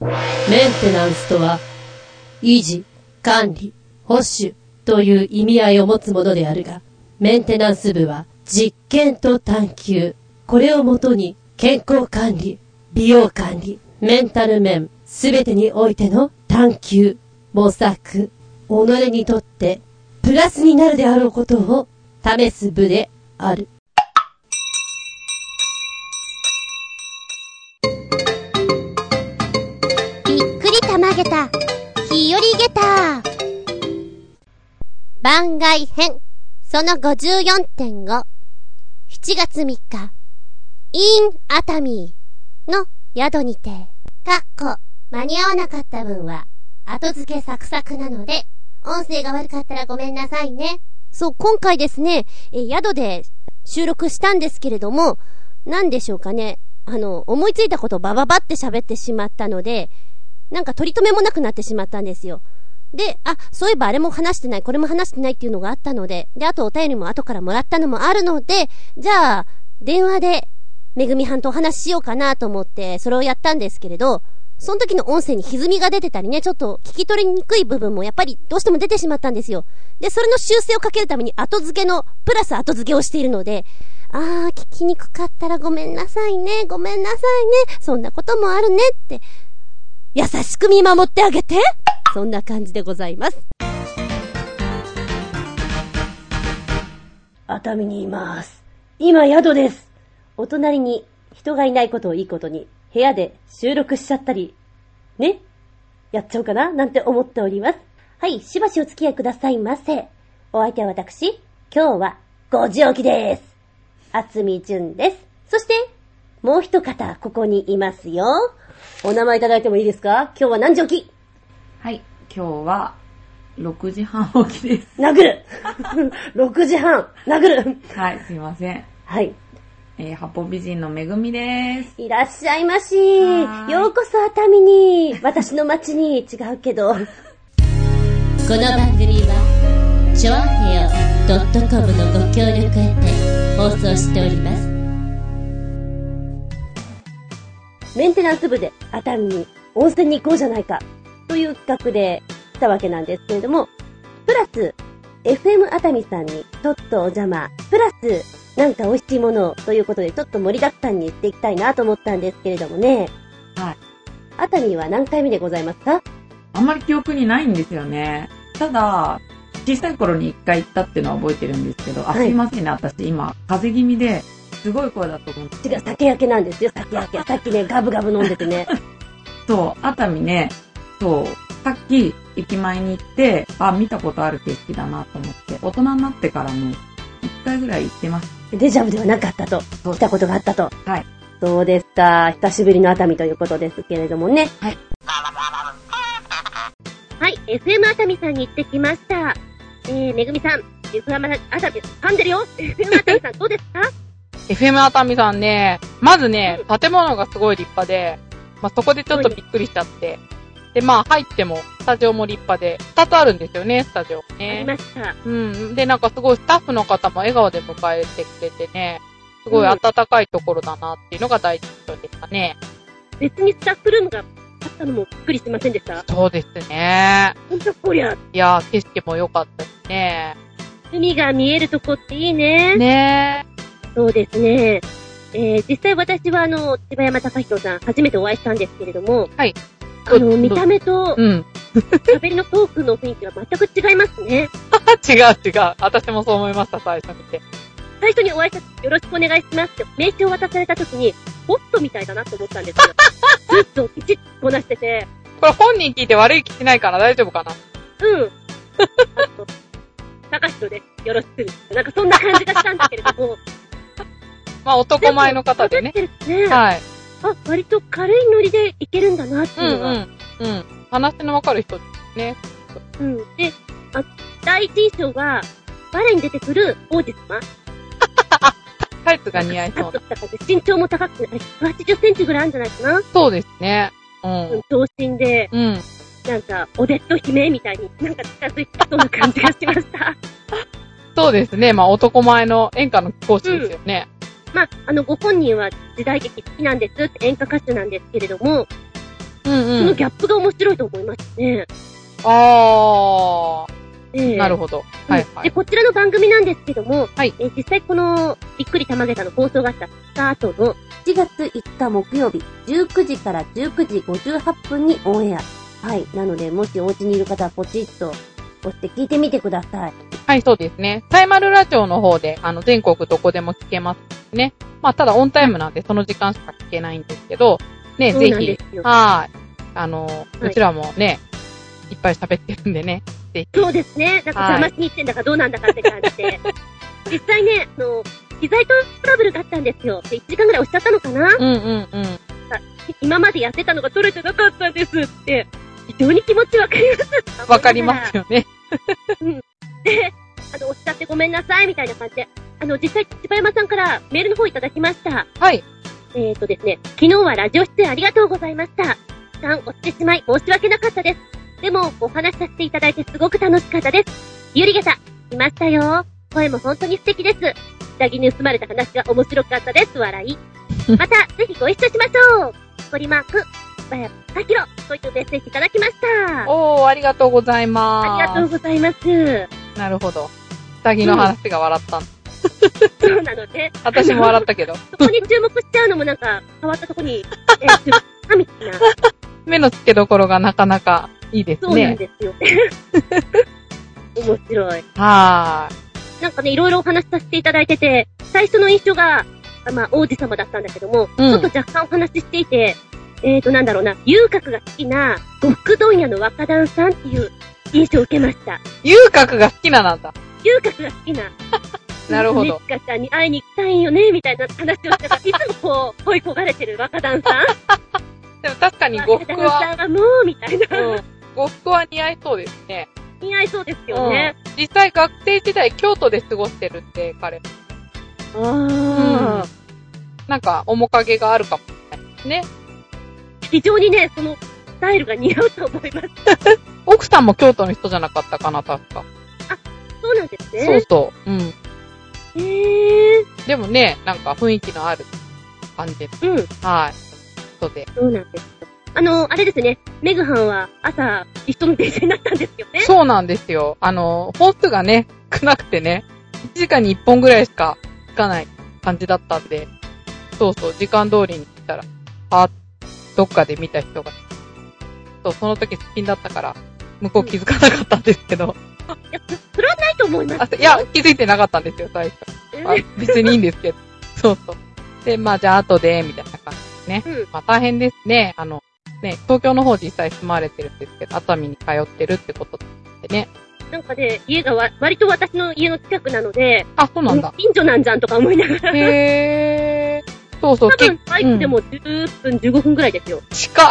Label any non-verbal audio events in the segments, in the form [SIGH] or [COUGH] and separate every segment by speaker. Speaker 1: メンテナンスとは、維持、管理、保守という意味合いを持つものであるが、メンテナンス部は実験と探求。これをもとに健康管理、美容管理、メンタル面、すべてにおいての探求、模索、己にとってプラスになるであろうことを試す部である。
Speaker 2: びっくりたまげた、日和げた。番外編、その54.5。7月3日、in 熱海の宿にて、かっこ、間に合わなかった分は、後付けサクサクなので、音声が悪かったらごめんなさいね。そう、今回ですね、えー、宿で収録したんですけれども、なんでしょうかね。あの、思いついたことをバババって喋ってしまったので、なんか取り留めもなくなってしまったんですよ。で、あ、そういえばあれも話してない、これも話してないっていうのがあったので、で、あとお便りも後からもらったのもあるので、じゃあ、電話で、めぐみはんとお話ししようかなと思って、それをやったんですけれど、その時の音声に歪みが出てたりね、ちょっと聞き取りにくい部分もやっぱりどうしても出てしまったんですよ。で、それの修正をかけるために後付けの、プラス後付けをしているので、あー、聞きにくかったらごめんなさいね、ごめんなさいね、そんなこともあるねって、優しく見守ってあげてそんな感じでございます。熱海にいます。今宿です。お隣に人がいないことをいいことに部屋で収録しちゃったり、ねやっちゃおうかななんて思っております。はい、しばしお付き合いくださいませ。お相手は私、今日はご時起きです。厚み純です。そして、もう一方、ここにいますよ。お名前いただいてもいいですか今日は何時起き
Speaker 3: はい、今日は6時半起きです。
Speaker 2: 殴る [LAUGHS] !6 時半、殴る
Speaker 3: はい、すいません。
Speaker 2: はい。
Speaker 3: えー、八方美人のめぐみです。
Speaker 2: いらっしゃいまし。
Speaker 3: はーい
Speaker 2: ようこそ熱海に。私の町に違うけど。
Speaker 1: この番組は、ちょわへよ .com のご協力を得て放送しております。
Speaker 2: メンテナンス部で熱海に温泉に行こうじゃないかという企画で来たわけなんですけれども、プラス FM 熱海さんにちょっとお邪魔、プラスなんか美味しいものをということでちょっと盛りだくさんにしていきたいなと思ったんですけれどもね。
Speaker 3: はい。
Speaker 2: 熱海は何回目でございますか
Speaker 3: あんまり記憶にないんですよね。ただ、小さい頃に一回行ったっていうのは覚えてるんですけど、あ、
Speaker 2: は
Speaker 3: す
Speaker 2: い
Speaker 3: いませんね、私今、風邪気味で、すごい声だと思うんです
Speaker 2: 違う、酒焼けなんですよ、酒焼け。さっきね、ガブガブ飲んでて
Speaker 3: [LAUGHS]
Speaker 2: ね。
Speaker 3: そう、熱海ね、そう、さっき駅前に行って、あ、見たことある景色だなと思って、大人になってからも、一回ぐらい行ってます。
Speaker 2: デジャブではなかったと。
Speaker 3: そう
Speaker 2: 来たことがあったと。
Speaker 3: はい。
Speaker 2: そうですか。久しぶりの熱海ということですけれどもね。
Speaker 3: はい。
Speaker 2: はい、FM 熱海さんに行ってきました。えー、めぐみさん、FM 熱海、噛んでるよ [LAUGHS] !FM 熱海さん、どうですか
Speaker 4: FM 熱海さんね、まずね、建物がすごい立派で、まあ、そこでちょっとびっくりしちゃって。で、まあ、入っても、スタジオも立派で、二つあるんですよね、スタジオ
Speaker 2: あり
Speaker 4: ね。
Speaker 2: ました。
Speaker 4: うん。で、なんかすごいスタッフの方も笑顔で迎えてくれてね、すごい温かいところだなっていうのが第一印象でしたね。
Speaker 2: 別にスタッフルームがあったのもびっくりしてませんでした。
Speaker 4: そうですね。
Speaker 2: ほんとこりゃ、
Speaker 4: いやー、景色も良かったしね。
Speaker 2: 海が見えるとこっていいね。
Speaker 4: ね
Speaker 2: そうですね。えー、実際私はあの、千葉山隆弘さん、初めてお会いしたんですけれども、
Speaker 4: ー
Speaker 2: あの、見た目と、
Speaker 4: うん。
Speaker 2: 喋りのトークの雰囲気は全く違いますね。
Speaker 4: 違う違う。私もそう思いました、最初見て。
Speaker 2: 最初にお会いした時よろしくお願いしますって名刺を渡された時に、ホットみたいだなと思ったんですよ。
Speaker 4: [LAUGHS]
Speaker 2: ずっときちっとこなしてて、
Speaker 4: これ本人聞いて悪い気しないから大丈夫かな
Speaker 2: うん。あと、高人です。よろしく。なんかそんな感じがしたんだけれど
Speaker 4: [LAUGHS]
Speaker 2: も。
Speaker 4: まあ、男前の方でね。
Speaker 2: でも。喋ってるね。あ、
Speaker 4: はい。
Speaker 2: 割と軽いノリでいけるんだなって
Speaker 4: うん
Speaker 2: いううんのは。。
Speaker 4: うん。話のわかる人ですね。
Speaker 2: うんで、あ、第一印象は、バレに出てくる王子様。
Speaker 4: タイツが似合い
Speaker 2: カ
Speaker 4: そ
Speaker 2: ッ
Speaker 4: う
Speaker 2: と。
Speaker 4: な
Speaker 2: した感じ。身長も高くて、あれ180センチぐらいあるんじゃないかな。
Speaker 4: そうですね。う
Speaker 2: うん
Speaker 4: ん。、
Speaker 2: 長身で。
Speaker 4: うん。
Speaker 2: なんか、おでっと姫みたいに、なんか近づいてきそうな感じがしました。 [LAUGHS]
Speaker 4: そうですね。まあ、男前の演歌の講師ですよね。
Speaker 2: まあ、あの、ご本人は時代劇好きなんですって演歌歌手なんですけれども、
Speaker 4: う
Speaker 2: そ
Speaker 4: ん
Speaker 2: うの
Speaker 4: ん。
Speaker 2: ギャップが面白いと思いましたね。
Speaker 4: あ
Speaker 2: ええ
Speaker 4: ー、なるほど。はいは
Speaker 2: で、
Speaker 4: い。
Speaker 2: こちらの番組なんですけども、
Speaker 4: はい
Speaker 2: えー実際この、びっくりたまげたの放送があったスタートの、
Speaker 5: 7月5日木曜日、19時から19時58分にオンエア。はい。なので、もしお家にいる方はポチッと押して聞いてみてください。
Speaker 4: はい、そうですね。タイマルラジオの方で、あの、全国どこでも聞けますね。まあ、ただオンタイムなんで、その時間しか聞けないんですけど、ね、
Speaker 2: そう
Speaker 4: ぜ
Speaker 2: なんで
Speaker 4: ひ、
Speaker 2: すよ。
Speaker 4: はい。あの、
Speaker 2: いう
Speaker 4: ちらもね、いっぱい喋ってるんでね。
Speaker 2: そうですね。なんか
Speaker 4: はい
Speaker 2: 騙しに行ってんだかどうなんだかって感じ
Speaker 4: [LAUGHS]
Speaker 2: で。実際ね、あの、機材トラブルがあったんですよ。で、1時間ぐらい押しちゃったのかな
Speaker 4: うんうんうん。
Speaker 2: 今までやってたのが取れてなかったんですって。非常に気持ちわかります。
Speaker 4: わかりますよね。
Speaker 2: で、あの、おっしゃってごめんなさい、みたいな感じで。あの、実際、千葉山さんからメールの方いただきました。
Speaker 4: はい。
Speaker 2: えーとですね、昨日はラジオ出演ありがとうございました。負担押してしまい申し訳なかったです。でも、お話しさせていただいてすごく楽しかったです。ゆりげた、いましたよ。声も本当に素敵です。下着に盗まれた話が面白かったです。笑い。また、ぜひご一緒しましょう。ポリマーク、ばやさきろ、というメッセージいただきました。
Speaker 4: おー、ありがとうござい
Speaker 2: あ
Speaker 4: ます。
Speaker 2: りがとうございます。
Speaker 4: なるほど。下着の話が笑った。
Speaker 2: そうなので、
Speaker 4: 私も笑ったけど。 [LAUGHS]
Speaker 2: そこに注目しちゃうのもなんか、変わったとこに、えー、注目したみたいな。
Speaker 4: 目の付けどころがなかなかいいです
Speaker 2: そうなん
Speaker 4: ね。
Speaker 2: ですよ。面白い。
Speaker 4: は
Speaker 2: なんかね、いろいろお話しさせていただいてて、最初の印象が、あまあ、王子様だったんだけども、
Speaker 4: うん
Speaker 2: ちょっと若干お話ししていて、えーと、なんだろうな、遊郭が好きな、呉服問屋の若旦さんっていう印象を受けました。
Speaker 4: ーい。遊郭が好きななんだ。
Speaker 2: 遊郭が好きな、
Speaker 4: [LAUGHS] なるほど。
Speaker 2: スカちゃんに会いに行きたいんよね、みたいな話をしてた。いつもこう、恋焦がれてる若旦さ
Speaker 4: [LAUGHS]
Speaker 2: ん。
Speaker 4: でも確かに呉
Speaker 2: 若 [LAUGHS]
Speaker 4: 服
Speaker 2: 旦
Speaker 4: は、
Speaker 2: さんはもう、みたいな。
Speaker 4: うん。呉服は似合いそうですね。
Speaker 2: 似合いそうですよね。
Speaker 4: うん実際学生時代京都で過ごしてるって彼。
Speaker 2: あー
Speaker 4: なんか面影があるかもしれないですね。
Speaker 2: 非常にね、その、スタイルが似合うと思います。
Speaker 4: 奥さんも京都の人じゃなかったかな、確か。
Speaker 2: そうなんですね。
Speaker 4: そうそう。うん。
Speaker 2: へえ。
Speaker 4: でもね、なんか雰囲気のある感じで。
Speaker 2: うん、
Speaker 4: はい。そうで。
Speaker 2: そうなんですよ。あの、あれですね、メグハンは朝、一緒の電車になったんですよね。
Speaker 4: そうなんですよ。あの、本数がね、少なくてね、1時間に1本ぐらいしかつかない感じだったんで、そうそう、時間通りに来たら、あ、どっかで見た人が、そう、その時すっぴんだったから、向こう気づかなかったんですけど、
Speaker 2: いや、そそれはないと思いま
Speaker 4: あ
Speaker 2: す。
Speaker 4: いや、気づいてなかったんですよ、最初。
Speaker 2: うん
Speaker 4: あ別にいいんですけど。そうそう。で、まあ、じゃあ後で、みたいな感じですね。
Speaker 2: うん
Speaker 4: まあ、大変ですね。あの、ね、東京の方実際住まれてるんですけど、熱海に通ってるってことでね。
Speaker 2: なんかね、家がわ割と私の家の近くなので、
Speaker 4: あ、そうなんだ。
Speaker 2: 近所なんじゃんとか思いながら、
Speaker 4: へー。そうそう、
Speaker 2: 多
Speaker 4: 結
Speaker 2: 分バイクでも10分、15分ぐらいですよ。
Speaker 4: 構近っ。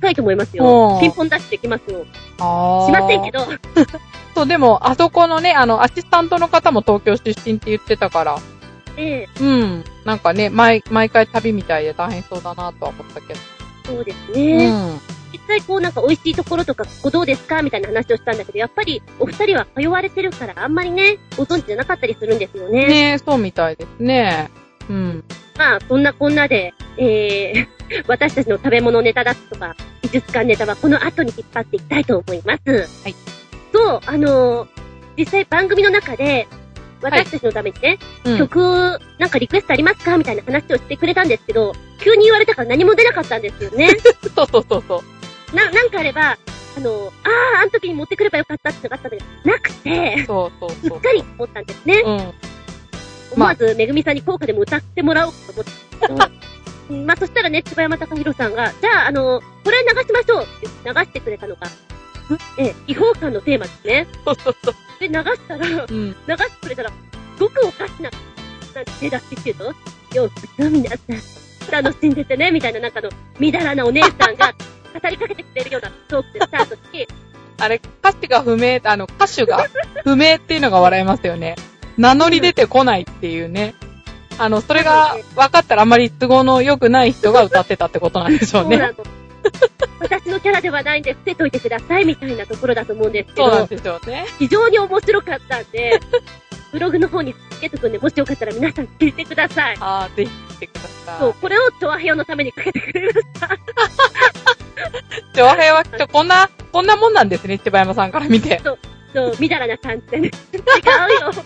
Speaker 2: 近いと思います
Speaker 4: お
Speaker 2: よ
Speaker 4: ー。
Speaker 2: ピンポンダッシュできますよ。
Speaker 4: あ
Speaker 2: しませんけ
Speaker 4: ど。
Speaker 2: ど、
Speaker 4: そう、でも、あそこのね、あの、アシスタントの方も東京出身って言ってたから、
Speaker 2: ええ
Speaker 4: うん。なんかね、毎、毎回旅みたいで大変そうだなとは思ったけど。
Speaker 2: そうです
Speaker 4: う
Speaker 2: ね。
Speaker 4: ん。
Speaker 2: 実際こうなんか美味しいところとか、ここどうですかみたいな話をしたんだけど、やっぱりお二人は通われてるから、あんまりね、ご存知じゃなかったりするんですよね。
Speaker 4: ねそうみたいですね。うん。
Speaker 2: まあ、そんなこんなで、えー、 [LAUGHS] 私たちの食べ物ネタだとか、美術館ネタはこの後に引っ張っていきたいと思います。
Speaker 4: はい。
Speaker 2: そう、あのー実際番組の中で、私たちのためにね、
Speaker 4: うん。
Speaker 2: 曲を、なんかリクエストありますかみたいな話をしてくれたんですけど、急に言われたから何も出なかったんですよね。
Speaker 4: そうそうそうそう。
Speaker 2: な、なんかあれば、あのーあー、あの時に持ってくればよかったってのがあったんだけど、なくて、
Speaker 4: そうそう
Speaker 2: う
Speaker 4: そう
Speaker 2: っ。かり思ったんですね。
Speaker 4: うん。
Speaker 2: 思わず、めぐみさんに効果でも歌ってもらおうと思ってたんですけど、まあ、そしたらね、千葉山貴弘さんが、じゃあ、あの、これ流しましょうって言って流してくれたのが、ええ、違法感のテーマですね。
Speaker 4: そうそうそう。
Speaker 2: で、流したら、流
Speaker 4: うん。
Speaker 2: してくれたら、すごくおかしな、なんか手出してきてるぞ。よくぞ、皆さん、楽しんでてね、みたいな、なんかの、みだらなお姉さんが、語りかけてくれるようなトークでスタートし、
Speaker 4: あれ、歌詞が不明、あの、歌手
Speaker 2: [LAUGHS]
Speaker 4: が不明っていうのが笑えますよね。名乗り出てこないっていうね。あの、それが分かったらあんまり都合の良くない人が歌ってたってことなんでしょう
Speaker 2: そう
Speaker 4: ね。
Speaker 2: なの。私のキャラではないんで、伏せといてください、みたいなところだと思うんですけ
Speaker 4: そう
Speaker 2: ど
Speaker 4: なん、ですよね。
Speaker 2: 非常に面白かったんで、ブログの方につけとくんで、もしよかったら皆さん聞いてください。
Speaker 4: あー、ぜひ来てくださ
Speaker 2: そう、
Speaker 4: い。
Speaker 2: これをチョアヘヨのためにかけてくれました。
Speaker 4: ちょ、和平は、ちょ、こんな、こんなもんなんですね、千葉山さんから見て。
Speaker 2: [LAUGHS] そう、みだらな感じでね。違うよ。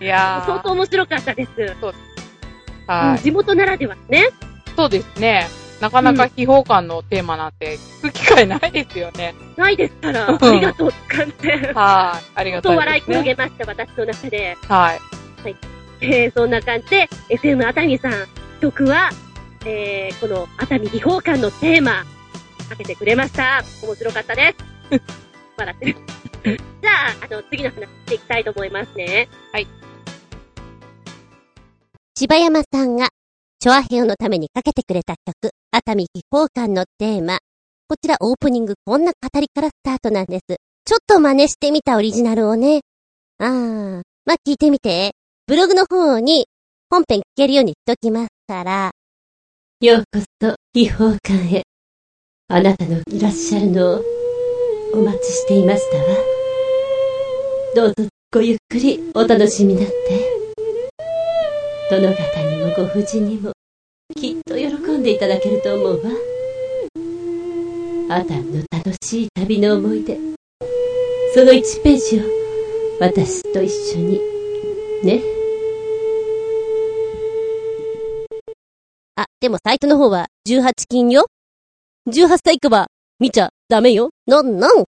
Speaker 4: いや
Speaker 2: 相
Speaker 4: ー、
Speaker 2: 当面白かったです。
Speaker 4: は
Speaker 2: うん地元ならではね。
Speaker 4: い。そうですね。なかなか秘宝感のテーマなんて聞く機会ないですよね。
Speaker 2: ないですから、
Speaker 4: うん
Speaker 2: ありがとうって感じで。
Speaker 4: はい。ありが
Speaker 2: と
Speaker 4: たい
Speaker 2: 笑い
Speaker 4: です
Speaker 2: 転
Speaker 4: ね。
Speaker 2: げました、私の中で。
Speaker 4: はい。
Speaker 2: えー、そんな感じで、FM 熱海さん曲は、えー、この熱海秘宝館のテーマ、かけてくれました。面白かったです。 [LAUGHS] 笑ってる。じゃあ、あの、次の話していきたいと思いますね。
Speaker 6: 柴山さんが、チョアヘヨのためにかけてくれた曲、熱海秘宝館のテーマ。こちらオープニングこんな語りからスタートなんです。ちょっと真似してみたオリジナルをね。あー、まあ、聞いてみて。ブログの方に本編聞けるようにしときますから。
Speaker 1: ようこそ、秘宝館へ。あなたのいらっしゃるのをお待ちしていましたわ。どうぞごゆっくりお楽しみになって。殿方にもご婦人にもきっと喜んでいただけると思うわ。アダンの楽しい旅の思い出。その1ページを私と一緒に。ね。
Speaker 6: あ、でもサイトの方は18禁よ。18歳以下は見ちゃダメよ。のんのん。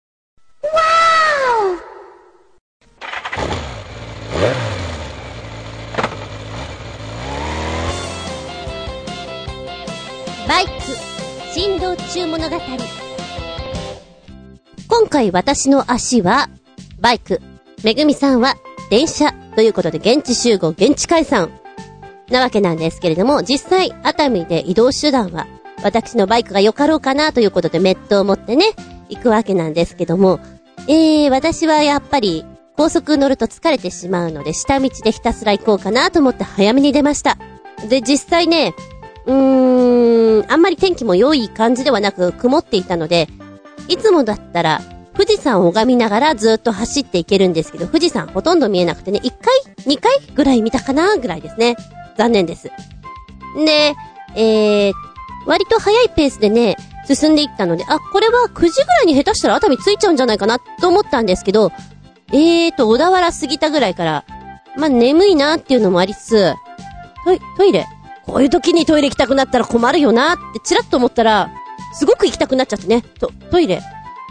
Speaker 6: バイク、振動中物語。今回私の足は、バイク、めぐみさんは、電車ということで現地集合、現地解散。なわけなんですけれども、実際、熱海で移動手段は、私のバイクがよかろうかなということで、メットを持ってね、行くわけなんですけども、えー、私はやっぱり、高速乗ると疲れてしまうので、下道でひたすら行こうかなと思って早めに出ました。で、実際ね、うーん、あんまり天気も良い感じではなく、曇っていたので、いつもだったら、富士山を拝みながらずっと走っていけるんですけど、富士山ほとんど見えなくてね、1回 ?2 回ぐらい見たかなぐらいですね。残念です。で、えー、割と早いペースでね、進んでいったので、あ、これは9時ぐらいに下手したら熱海着いちゃうんじゃないかなと思ったんですけど、えーと、小田原過ぎたぐらいから、まあ、眠いなっていうのもありつつ、トイ、トイレこういう時にトイレ行きたくなったら困るよなってチラッと思ったら、すごく行きたくなっちゃってね、ト、トイレ、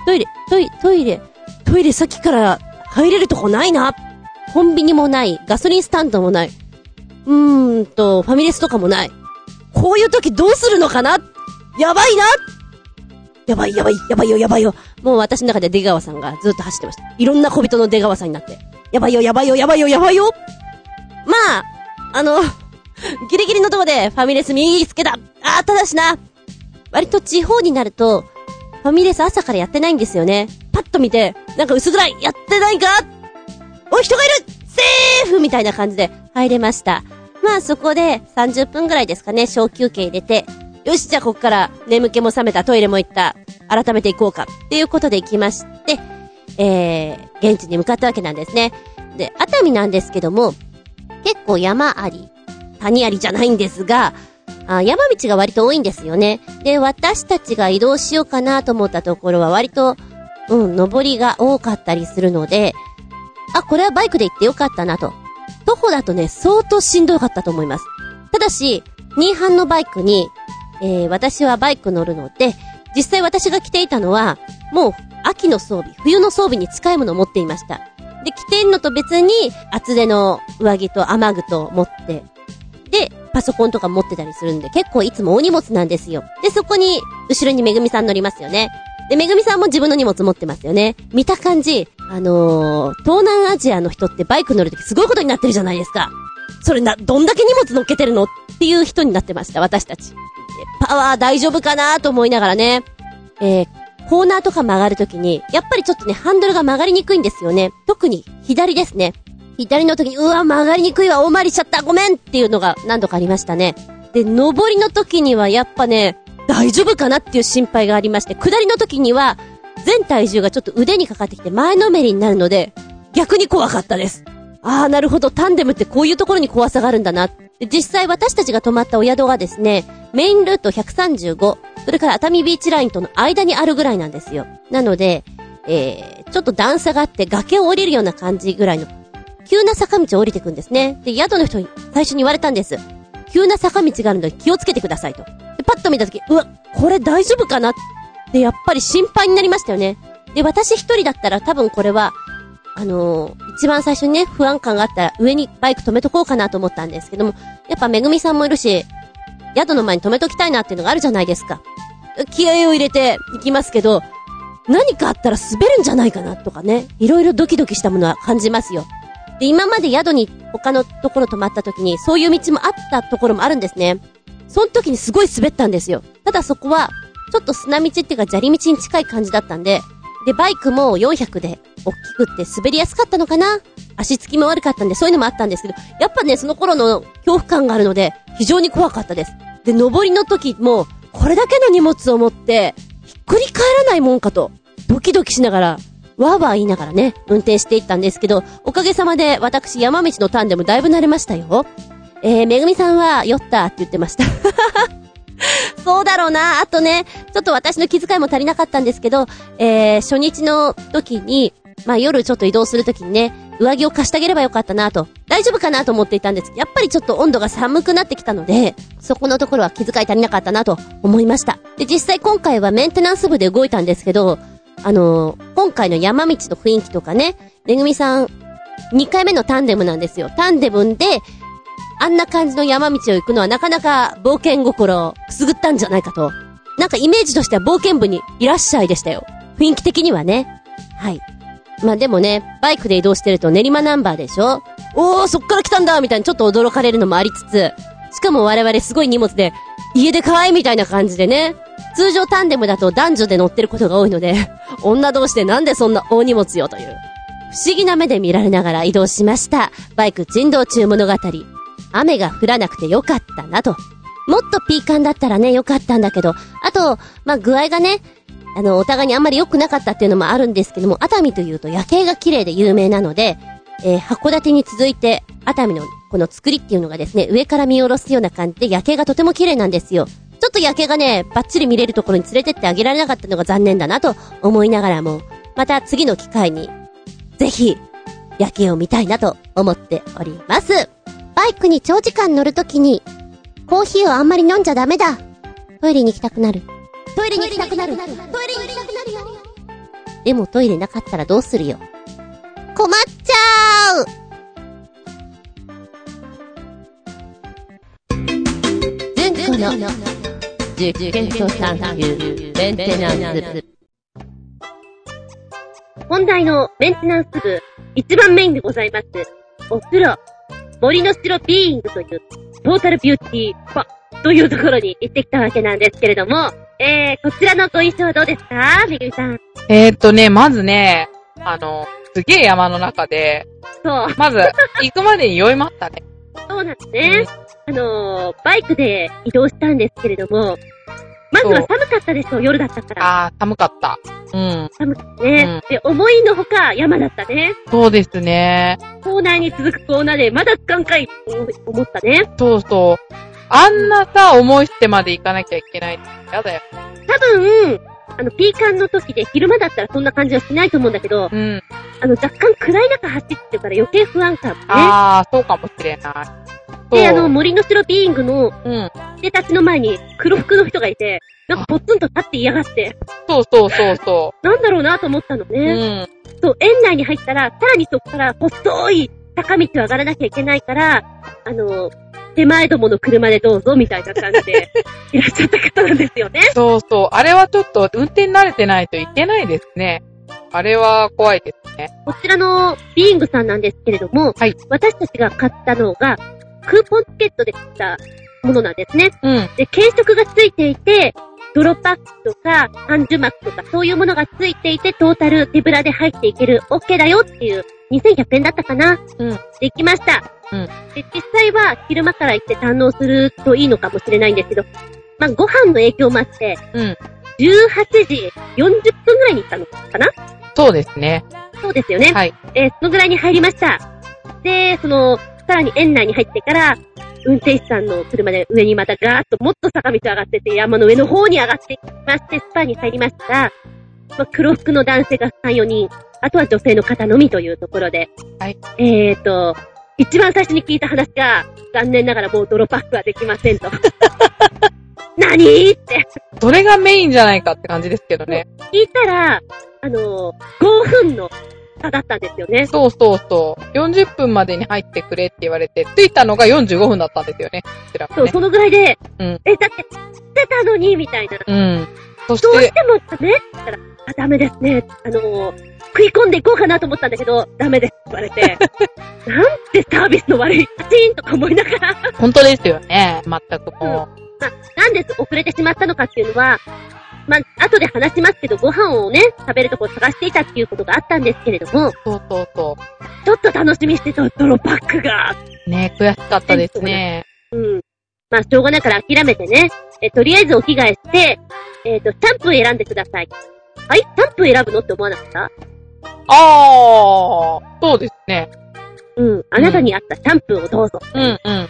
Speaker 6: トイレ、トイレ、トイレ、トイレさっきから入れるとこないな。コンビニもない、ガソリンスタンドもない、うーんと、ファミレスとかもない。こういう時どうするのかなやばいなやばいやばい、やばいよやばいよ。もう私の中で出川さんがずっと走ってました。いろんな小人の出川さんになって。やばいよやばいよやばいよやばいよまあ、あの、 [LAUGHS] ギリギリのとこでファミレス右つけた。あーただしな、割と地方になると、ファミレス朝からやってないんですよね。パッと見て、なんか薄暗い、やってないかおい、人がいるセーフみたいな感じで入れました。まあそこで30分ぐらいですかね、小休憩入れて、よし、じゃあここから眠気も覚めた、トイレも行った、改めて行こうか、っていうことで行きまして、えー、現地に向かったわけなんですね。で、熱海なんですけども、結構山あり、谷ありじゃないんですが、あ山道が割と多いんですよね。で、私たちが移動しようかなと思ったところは割と、うん、登りが多かったりするので、あ、これはバイクで行ってよかったなと。徒歩だとね、相当しんどかったと思います。ただし、新班のバイクに、えー、私はバイク乗るので、実際私が着ていたのは、もう秋の装備、冬の装備に近いものを持っていました。で、着てんのと別に、厚手の上着と雨具と持って、で、パソコンとか持ってたりするんで、結構いつもお荷物なんですよ。で、そこに、後ろにめぐみさん乗りますよね。で、めぐみさんも自分の荷物持ってますよね。見た感じ、あのー、東南アジアの人ってバイク乗るときすごいことになってるじゃないですか。それな、どんだけ荷物乗っけてるのっていう人になってました、私たち。でパワー大丈夫かなと思いながらね。えー、コーナーとか曲がるときに、やっぱりちょっとね、ハンドルが曲がりにくいんですよね。特に、左ですね。左の時に、うわ、曲がりにくいわ、大回りしちゃった、ごめんっていうのが何度かありましたね。で、上りの時にはやっぱね、大丈夫かなっていう心配がありまして、下りの時には、全体重がちょっと腕にかかってきて前のめりになるので、逆に怖かったです。ああ、なるほど。タンデムってこういうところに怖さがあるんだな。で実際私たちが泊まったお宿がですね、メインルート135、それから熱海ビーチラインとの間にあるぐらいなんですよ。なので、えー、ちょっと段差があって崖を降りるような感じぐらいの、急な坂道を降りていくんですね。で、宿の人に最初に言われたんです。急な坂道があるので気をつけてくださいと。で、パッと見たとき、うわ、これ大丈夫かなで、やっぱり心配になりましたよね。で、私一人だったら多分これは、あのー一番最初にね、不安感があったら上にバイク止めとこうかなと思ったんですけども、やっぱめぐみさんもいるし、宿の前に止めときたいなっていうのがあるじゃないですか。気合を入れていきますけど、何かあったら滑るんじゃないかなとかね、いろいろドキドキしたものは感じますよ。で、今まで宿に他のところ泊まった時に、そういう道もあったところもあるんですね。その時にすごい滑ったんですよ。ただそこは、ちょっと砂道っていうか砂利道に近い感じだったんで、で、バイクも400で大きくって滑りやすかったのかな足つきも悪かったんで、そういうのもあったんですけど、やっぱね、その頃の恐怖感があるので、非常に怖かったです。で、登りの時も、これだけの荷物を持って、ひっくり返らないもんかと、ドキドキしながら、わーわー言いながらね、運転していったんですけど、おかげさまで私山道のターンでもだいぶ慣れましたよ。えー、めぐみさんは酔ったって言ってました。そうだろうな。あとね、ちょっと私の気遣いも足りなかったんですけど、えー、初日の時に、まあ夜ちょっと移動する時にね、上着を貸してあげればよかったなと、大丈夫かなと思っていたんですけど、やっぱりちょっと温度が寒くなってきたので、そこのところは気遣い足りなかったなと思いました。で、実際今回はメンテナンス部で動いたんですけど、あのー今回の山道の雰囲気とかね、めぐみさん、2回目のタンデムなんですよ。タンデムで、あんな感じの山道を行くのはなかなか冒険心をくすぐったんじゃないかと。なんかイメージとしては冒険部にいらっしゃいでしたよ。雰囲気的にはね。はい。まあでもね、バイクで移動してると練馬ナンバーでしょおー、そっから来たんだみたいにちょっと驚かれるのもありつつ、しかも我々すごい荷物で、家で可愛いみたいな感じでね。通常タンデムだと男女で乗ってることが多いので、 [LAUGHS] 女同士でなんでそんな大荷物よという。不思議な目で見られながら移動しました。バイク珍道中物語。雨が降らなくてよかったなと。もっとピーカンだったらね、よかったんだけど、あと、まあ、具合がね、あの、お互いにあんまり良くなかったっていうのもあるんですけども、熱海というと夜景が綺麗で有名なので、えー函館に続いて、熱海のこの作りっていうのがですね、上から見下ろすような感じで夜景がとても綺麗なんですよ。ちょっと夜景がね、バッチリ見れるところに連れてってあげられなかったのが残念だなと思いながらも、また次の機会に、ぜひ、夜景を見たいなと思っております。バイクに長時間乗るときに、コーヒーをあんまり飲んじゃダメだ。トイレに行きたくなる。トイレに行きたくなる。トイレに行きたくなるよ。でもトイレなかったらどうするよ。困っちゃう
Speaker 1: 前回の実験と探求メンテナンス
Speaker 2: 本題のメンテナンス部、一番メインでございます。お風呂、森の城ビーイングという、トータルビューティーパというところに行ってきたわけなんですけれども、えー、こちらのご印象はどうですかめぐみさん。
Speaker 4: えー、っとね、まずね、あの、すげえ山の中で、
Speaker 2: そう、[LAUGHS]
Speaker 4: まず、行くまでに酔いましたね。
Speaker 2: そうなんですね。あのー、バイクで移動したんですけれども、まずは寒かったでしょ、夜だったから。
Speaker 4: あー、寒かった。うん。
Speaker 2: 寒かったね。で、思いのほか山だったね。
Speaker 4: そうですね。
Speaker 2: コーナーに続くコーナーで、まだ使うんかいと思ったね。
Speaker 4: そうそう。あんなさ、思いしてまで行かなきゃいけない。やだよ。
Speaker 2: 多分、あの、ピーカンの時で昼間だったらそんな感じはしないと思うんだけど、
Speaker 4: うん。
Speaker 2: あの、若干暗い中走ってるから余計不安感もね。
Speaker 4: あー、そうかもしれない。
Speaker 2: で、あ
Speaker 4: そ
Speaker 2: の、
Speaker 4: う。
Speaker 2: 森の城ビーイングの
Speaker 4: うん。
Speaker 2: 出立ちの前に黒服の人がいて、なんかポツンと立って嫌がって、
Speaker 4: そうそうそうそ
Speaker 2: なんだろうなと思ったの
Speaker 4: う。う
Speaker 2: ね。
Speaker 4: ん。
Speaker 2: そう、園内に入ったら、さらにそこから細い坂道を上がらなきゃいけないから、あの、手前どもの車でどうぞみたいな感じ
Speaker 4: [LAUGHS]
Speaker 2: でいらっしゃった方なんですよね。
Speaker 4: そうそう。あれはちょっと、運転慣れてないといけないですね。あれは怖いですね。
Speaker 2: こちらのビーイングさんなんですけれども、
Speaker 4: はい
Speaker 2: 私たちが買ったのが、クーポンチケットで買ったものなんですね。
Speaker 4: うん。
Speaker 2: で、軽食がついていて、泥パックとか、半樹膜とか、そういうものがついていて、トータル手ぶらで入っていける、OK だよっていう、2100円だったかな。
Speaker 4: うん
Speaker 2: で行きました。
Speaker 4: うん
Speaker 2: で、実際は昼間から行って堪能するといいのかもしれないんですけど、まあ、ご飯の影響もあって、
Speaker 4: うん。
Speaker 2: 18時40分ぐらいに行ったのかな
Speaker 4: そうですね。
Speaker 2: そうですよね。
Speaker 4: はい。
Speaker 2: えーそのぐらいに入りました。で、その、さらに園内に入ってから、運転手さんの車で上にまたガーッともっと坂道上がってて、山の上の方に上がっていきまして、スパに入りました。まあ、黒服の男性が3、4人、あとは女性の方のみというところで。
Speaker 4: はい。
Speaker 2: えーと、一番最初に聞いた話が、残念ながらもう泥パックはできませ
Speaker 4: [LAUGHS]
Speaker 2: んと。何って。
Speaker 4: それがメインじゃないかって感じですけどね。
Speaker 2: 聞いたら、あのー、5分の差だったんですよね。
Speaker 4: そうそうそう。40分までに入ってくれって言われて、着いたのが45分だったんですよね。こちら
Speaker 2: そ
Speaker 4: が
Speaker 2: う、
Speaker 4: ね。
Speaker 2: そのぐらいで、
Speaker 4: うん
Speaker 2: え、だって、知ってたのに、みたいな。
Speaker 4: うん。そし、
Speaker 2: どうしててもダメって言ったら、あ、ダメですね。あのー、食い込んでいこうかなと思ったんだけど、ダメですって言われ
Speaker 4: [LAUGHS]
Speaker 2: て、なんてサービスの悪い、パチンとか思いながら、
Speaker 4: 本当ですよね。全くもう。
Speaker 2: まあ、なんで遅れてしまったのかっていうのは、まあ、後で話しますけど、ご飯をね、食べるとこを探していたっていうことがあったんですけれども、
Speaker 4: そうそうそ
Speaker 2: ちょっと楽しみにしてた泥パックが、
Speaker 4: う。ね悔しかったですね。
Speaker 2: うん。まあ、しょうがないから諦めてね。え、とりあえずお着替えして、えっ、と、シャンプー選んでください。はいシャンプー選ぶのって思わなかった
Speaker 4: あー、そうですね。
Speaker 2: うん。あなたに合ったシャンプーをどうぞ。
Speaker 4: うんうん。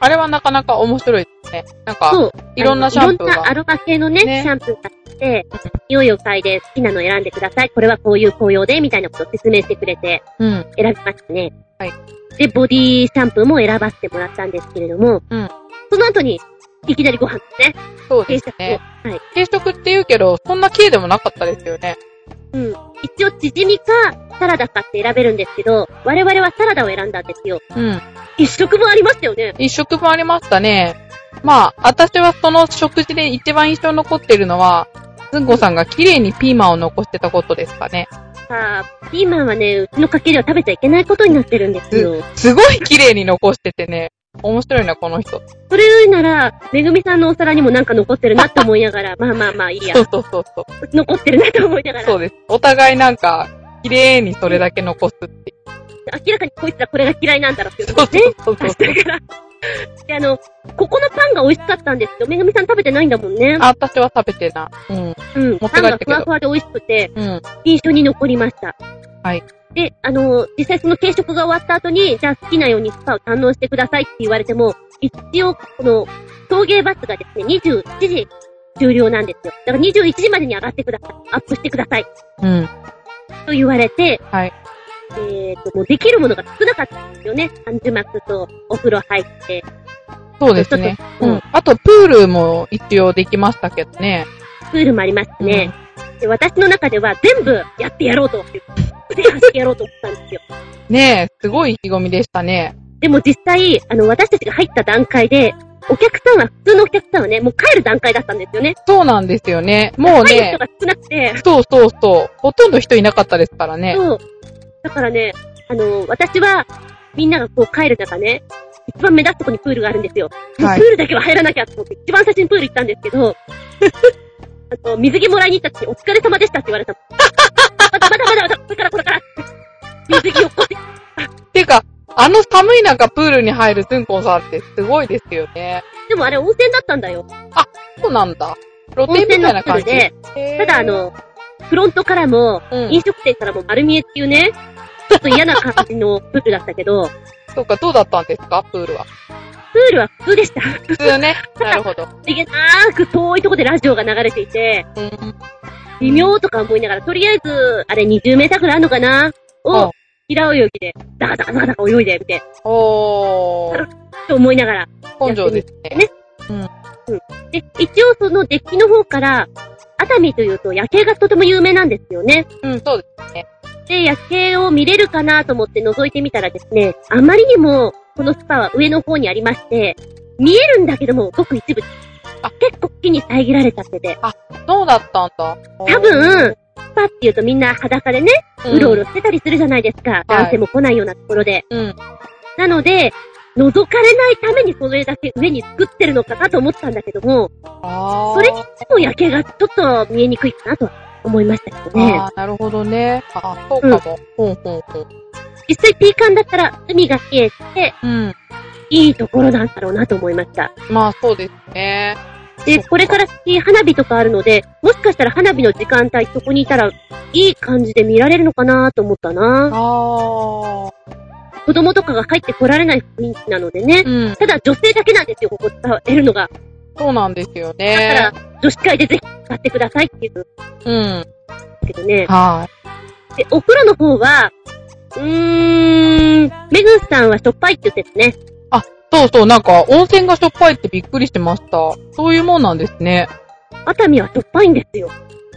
Speaker 4: あれはなかなか面白いですね。なんか、
Speaker 2: そう。
Speaker 4: いろんなシャンプー
Speaker 2: いろんなア
Speaker 4: が。
Speaker 2: ロマ系のね、
Speaker 4: ね
Speaker 2: シャンプー買って、匂いを嗅いで好きなの選んでください。これはこういう紅葉で、みたいなことを説明してくれて、
Speaker 4: うん。
Speaker 2: 選びましたね。
Speaker 4: はい。
Speaker 2: で、ボディシャンプーも選ばせてもらったんですけれども、
Speaker 4: うん。
Speaker 2: その後に、いきなりご飯ですね。
Speaker 4: そうで
Speaker 2: 定
Speaker 4: す
Speaker 2: 食を。
Speaker 4: ね。
Speaker 2: はい。
Speaker 4: 定食って言うけど、そんな綺麗でもなかったですよね。
Speaker 2: うん。一応、チヂミか、サラダかって選べるんですけど、我々はサラダを選んだんですよ。
Speaker 4: うん。
Speaker 2: 一食分ありましたよね。
Speaker 4: 一食分ありましたね。まあ、私はその食事で一番印象に残ってるのは、ずんこさんが綺麗にピーマンを残してたことですかね。
Speaker 2: さあ、ピーマンはね、うちの家系では食べちゃいけないことになってるんですよ。
Speaker 4: すごい綺麗に残しててね。面白いな、この人。
Speaker 2: それよりなら、めぐみさんのお皿にもなんか残ってるなって思いなが
Speaker 4: [LAUGHS]
Speaker 2: ら、まあまあまあいいや
Speaker 4: そ。うそうそうそう。
Speaker 2: 残ってるなって思いながら、
Speaker 4: そうです。お互いなんか、綺麗にそれだけ残すっていう。
Speaker 2: 明らかにこいつらこれが嫌いなんだろうっていう
Speaker 4: そ
Speaker 2: こ
Speaker 4: う
Speaker 2: とね。
Speaker 4: そう
Speaker 2: [LAUGHS]
Speaker 4: そうそう。
Speaker 2: だから。で、あの、ここのパンが美味しかったんですよ。めぐみさん食べてないんだもんね。
Speaker 4: あ、私は食べてない。うん。
Speaker 2: うん。
Speaker 4: 持っ
Speaker 2: パ
Speaker 4: て帰
Speaker 2: ン
Speaker 4: っ
Speaker 2: が
Speaker 4: たけど
Speaker 2: ふわふわで美味しくて、
Speaker 4: うん。
Speaker 2: 印象に残りました。
Speaker 4: はい。
Speaker 2: で、あの、実際その軽食が終わった後に、じゃあ好きなようにスパを堪能してくださいって言われても、一応、この、送迎バスがですね、27時終了なんですよ。だから21時までに上がってください。アップしてください。
Speaker 4: うん。
Speaker 2: と言われて、
Speaker 4: はい。
Speaker 2: えっ、と、もうできるものが少なかったんですよね。半樹幕とお風呂入って。
Speaker 4: そうですね。
Speaker 2: [LAUGHS] う
Speaker 4: うんん。あと、プールも一応できましたけどね。
Speaker 2: プールもありましたね。で私の中では全部やってやろうと思 [LAUGHS] って、全部してやろうと思ったんですよ。
Speaker 4: ねえ、すごい意気込みでしたね。
Speaker 2: でも実際、あの、私たちが入った段階で、お客さんは、普通のお客さんはね、もう帰る段階だったんですよね。
Speaker 4: そうなんですよね。もう
Speaker 2: 帰る
Speaker 4: ね
Speaker 2: 人、が少なくて、
Speaker 4: そうそうそう。ほとんど人いなかったですからね。
Speaker 2: そう。だからね、あの、私は、みんながこう帰る中ね、一番目立つとこにプールがあるんですよ。
Speaker 4: はい
Speaker 2: プールだけは入らなきゃと思って、一番最初にプール行ったんですけど、 [LAUGHS] あの、水着もらいに行ったって、お疲れ様でしたって言われたの。まだまだまだまだ、これからこれから。水着をこうやって
Speaker 4: てか、あの寒い中プールに入るズンコさんってすごいですよね。
Speaker 2: でもあれ温泉だったんだよ。
Speaker 4: そうなんだ。露
Speaker 2: 温
Speaker 4: 天み
Speaker 2: 泉
Speaker 4: た
Speaker 2: の
Speaker 4: いな
Speaker 2: プ
Speaker 4: 感
Speaker 2: ール
Speaker 4: じ。
Speaker 2: で、
Speaker 4: へー
Speaker 2: ただあ、の、フロントからも、
Speaker 4: うん
Speaker 2: 飲。食店からも丸見えっていうね、ちょっと嫌な感じのプールだったけど、
Speaker 4: そうか、どうだったんですかプールは。
Speaker 2: プールは普通でした。
Speaker 4: 普通ね。なるほど。
Speaker 2: で [LAUGHS] げなーく遠いとこでラジオが流れていて、
Speaker 4: うん。
Speaker 2: 微妙とか思いながら、とりあえず、あれ20メーターくらいあるのかな
Speaker 4: お
Speaker 2: を、平泳ぎで、ダカダカダカダカ泳いで、みて、
Speaker 4: おー。
Speaker 2: と思いながら。
Speaker 4: 根性ですね。
Speaker 2: で、一応そのデッキの方から、熱海というと夜景がとても有名なんですよね。
Speaker 4: うん、そうです。
Speaker 2: で、夜景を見れるかなと思って覗いてみたらですね、あまりにも、このスパは上の方にありまして、見えるんだけども、ごく一部。
Speaker 4: あ
Speaker 2: 結構木に遮られちゃってて。
Speaker 4: そうだったんだ。
Speaker 2: 多分、スパって言うとみんな裸でね、
Speaker 4: うん
Speaker 2: うろうろしてたりするじゃないですか。男性も来ないようなところで。
Speaker 4: うん。
Speaker 2: なので、覗かれないためにそれだけ上に作ってるのかなと思ったんだけども、
Speaker 4: あー。
Speaker 2: それにしても夜景がちょっと見えにくいかなとは思いましたけどね。
Speaker 4: あー、なるほどね。あ、そうかも。ほんほんほん。
Speaker 2: 実際ピーカンだったら海が冷えて、
Speaker 4: うん。
Speaker 2: いいところなんだろうなと思いました。
Speaker 4: まあ、そうですね。
Speaker 2: で、これから先花火とかあるので、もしかしたら花火の時間帯そこにいたら、いい感じで見られるのかなと思ったな。
Speaker 4: あー。
Speaker 2: 子供とかが入ってこられない雰囲気なのでね。
Speaker 4: うん。
Speaker 2: ただ女性だけなんですよ、ここ伝えるのが。
Speaker 4: そうなんですよ
Speaker 2: だか
Speaker 4: ね
Speaker 2: ら。、女子会でぜひ買ってくださいっていう
Speaker 4: うん。
Speaker 2: けどね。
Speaker 4: は
Speaker 2: で、お風呂の方は、うーん、メグさんはしょっぱいって言ってたね。
Speaker 4: い。そうそう、なんか、温泉がしょっぱいってびっくりしました。そういうもんなんですね。
Speaker 2: 熱海はしょっぱいんですよ。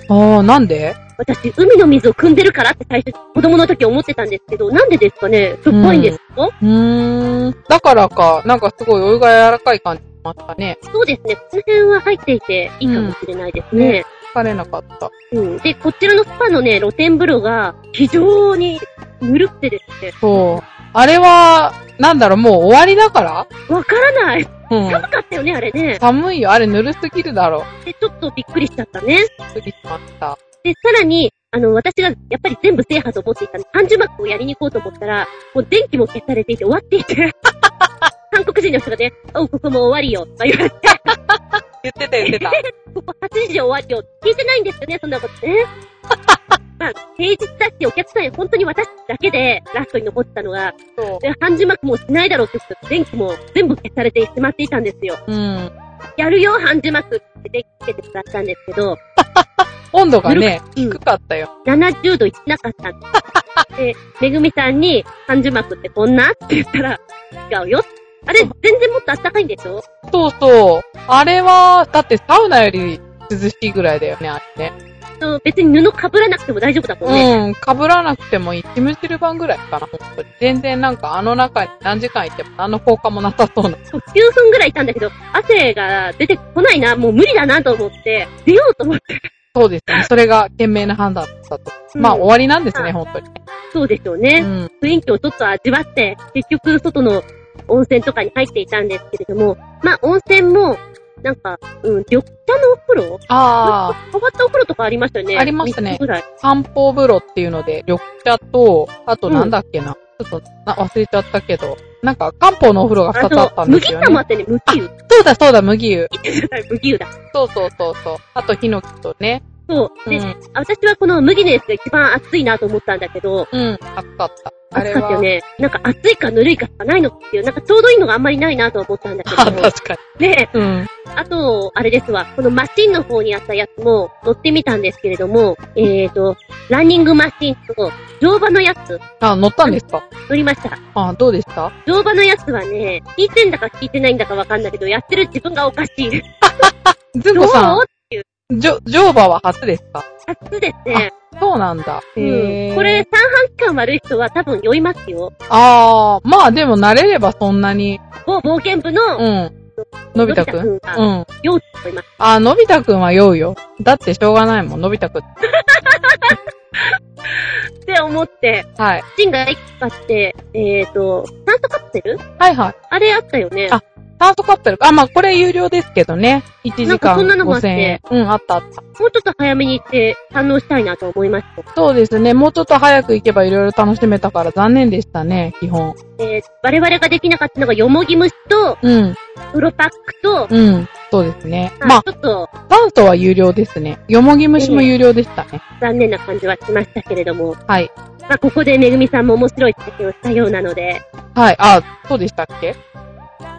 Speaker 4: ああ、なんで
Speaker 2: 私、海の水を汲んでるからって最初、子供の時思ってたんですけど、なんでですかねしょっぱいんですか、
Speaker 4: うーん。だからか、なんかすごいお湯が柔らかい感じしましたね。
Speaker 2: そうですね。この辺は入っていていいかもしれないですね。
Speaker 4: 疲れなかった。
Speaker 2: うん。で、こちらのスパのね、露天風呂が、非常にぬるくてですね、
Speaker 4: そう。あれは、なんだろう、もう終わりだから
Speaker 2: わからない。
Speaker 4: うん。
Speaker 2: 寒かったよね、あれね。
Speaker 4: 寒いよ。あれぬるすぎるだろ
Speaker 2: で、ちょっとびっくりしちゃったね。
Speaker 4: う。びっくりしました。
Speaker 2: で、さらに、あの、私がやっぱり全部制覇と思っていたので、30幕をやりに行こうと思ったら、もう電気も消されていて終わっていて、 [LAUGHS] 韓国人の人がね、おう、ここもう終わりよ、とか言われて、
Speaker 4: 言ってた言ってた。
Speaker 2: ここ8時で終わりよ、聞いてないんですよね、そんなことね。まあ、平日だし、お客さんや本当に私だけで、ラストに残ったのが、
Speaker 4: そ
Speaker 2: で半字幕もうしないだろうって言って、電気も全部消されてしまっていたんですよ。
Speaker 4: う。うん。
Speaker 2: やるよ、半字幕って電気つけてくださったんですけど、
Speaker 4: 温度がね、
Speaker 2: ぬるく
Speaker 4: 低かったよ。
Speaker 2: 70度いってなかったんです。で、めぐみさんに、半十幕ってこんなって言ったら、違うよ。あれ、全然もっと暖かいんでしょ
Speaker 4: そうそう。あれは、だってサウナより涼しいぐらいだよね、あれね。
Speaker 2: そう別に布被らなくても大丈夫だもんね。
Speaker 4: うん。被らなくてもいい。キムチルバンぐらいかな、本当に。全然なんかあの中に何時間いても何の効果もなさそうな。
Speaker 2: そう9分ぐらいいたんだけど、汗が出てこないな、もう無理だなと思って、出ようと思って。
Speaker 4: そうですね。それが賢明な判断だったと。まあ
Speaker 2: うん
Speaker 4: 終わりなんです
Speaker 2: はい
Speaker 4: ね、本当に。
Speaker 2: そうでしょう
Speaker 4: う
Speaker 2: ね。
Speaker 4: ん。
Speaker 2: 雰囲気をちょっと味わって、結局外の温泉とかに入っていたんですけれども、まあ温泉も、なんか、うん、緑茶のお風呂
Speaker 4: あ
Speaker 2: 変わったお風呂とかありましたよね。
Speaker 4: ありましたね
Speaker 2: 三つぐらい。
Speaker 4: あ、漢方風呂っていうので、緑茶と、あとなんだっけな。ちょっとな忘れちゃったけど、なんか漢方のお風呂が
Speaker 2: あ
Speaker 4: 2つあったんですよ
Speaker 2: 麦茶もあ
Speaker 4: ね。
Speaker 2: ったね、麦湯。 [LAUGHS]
Speaker 4: そうだそうだ、麦湯。
Speaker 2: 麦湯だ。
Speaker 4: そうそうそうそう。あとヒノキとね。
Speaker 2: そう。
Speaker 4: う
Speaker 2: で、
Speaker 4: ん。
Speaker 2: 私はこの麦のやつが一番熱いなと思ったんだけど、
Speaker 4: うん。暑かった。あ
Speaker 2: 熱
Speaker 4: れ
Speaker 2: かったよ
Speaker 4: は。
Speaker 2: ね。なんか熱いかぬるいかしかないのっていう、なんかちょうどいいのがあんまりないなと思ったんだけ
Speaker 4: あ、
Speaker 2: ど。
Speaker 4: 確か
Speaker 2: で、
Speaker 4: に。うん。
Speaker 2: あと、あれですわ。このマシンの方にあったやつも乗ってみたんですけれども、えーと、ランニングマシンと乗馬のやつ
Speaker 4: あ、乗ったんですか
Speaker 2: 乗りました。
Speaker 4: あ、どうでした
Speaker 2: 乗馬のやつはね、聞いてんだか聞いてないんだかわかんないけど、やってる自分がおかしい。
Speaker 4: [LAUGHS] ずん
Speaker 2: どう
Speaker 4: こさん、じょ、乗馬は初ですか
Speaker 2: 初ですね。
Speaker 4: そうなんだ。
Speaker 2: うん。これ、。三半期間悪い人は多分酔いますよ。
Speaker 4: ああ、まあでも慣れればそんなに。
Speaker 2: 某冒険部の、
Speaker 4: うん。のび太く
Speaker 2: のび太
Speaker 4: ん
Speaker 2: くんが
Speaker 4: うん。
Speaker 2: 酔うと思います。
Speaker 4: あ、のび太くんは酔うよ。だってしょうがないもん、のび太くん。
Speaker 2: って思って、
Speaker 4: はい。
Speaker 2: ジンが一個買って、えっ、ー、と、酸素カプセル
Speaker 4: はいはい。
Speaker 2: あれあったよね。
Speaker 4: あ炭素カプセル。あ、まあこれ有料ですけどね。1時
Speaker 2: なんか
Speaker 4: 間
Speaker 2: そんなのもあっ
Speaker 4: 5000
Speaker 2: て
Speaker 4: 円。うん、あったあった。
Speaker 2: もうちょっと早めに行って反応したいなと思いました。
Speaker 4: そうですね。もうちょっと早く行けばいろいろ楽しめたから残念でしたね、基本。
Speaker 2: えー、我々ができなかったのがよもぎ虫と、
Speaker 4: うん、
Speaker 2: プロパックと、
Speaker 4: うん。そうですね。
Speaker 2: ま
Speaker 4: ま
Speaker 2: あ、ちょっと
Speaker 4: あ、炭素は有料ですね。よもぎ虫も有料でしたね。
Speaker 2: 残念な感じはしましたけれども、
Speaker 4: はい。
Speaker 2: まあ、ここでめぐみさんも面白い体験をしたようなので、
Speaker 4: はい。あ、そうでしたっけ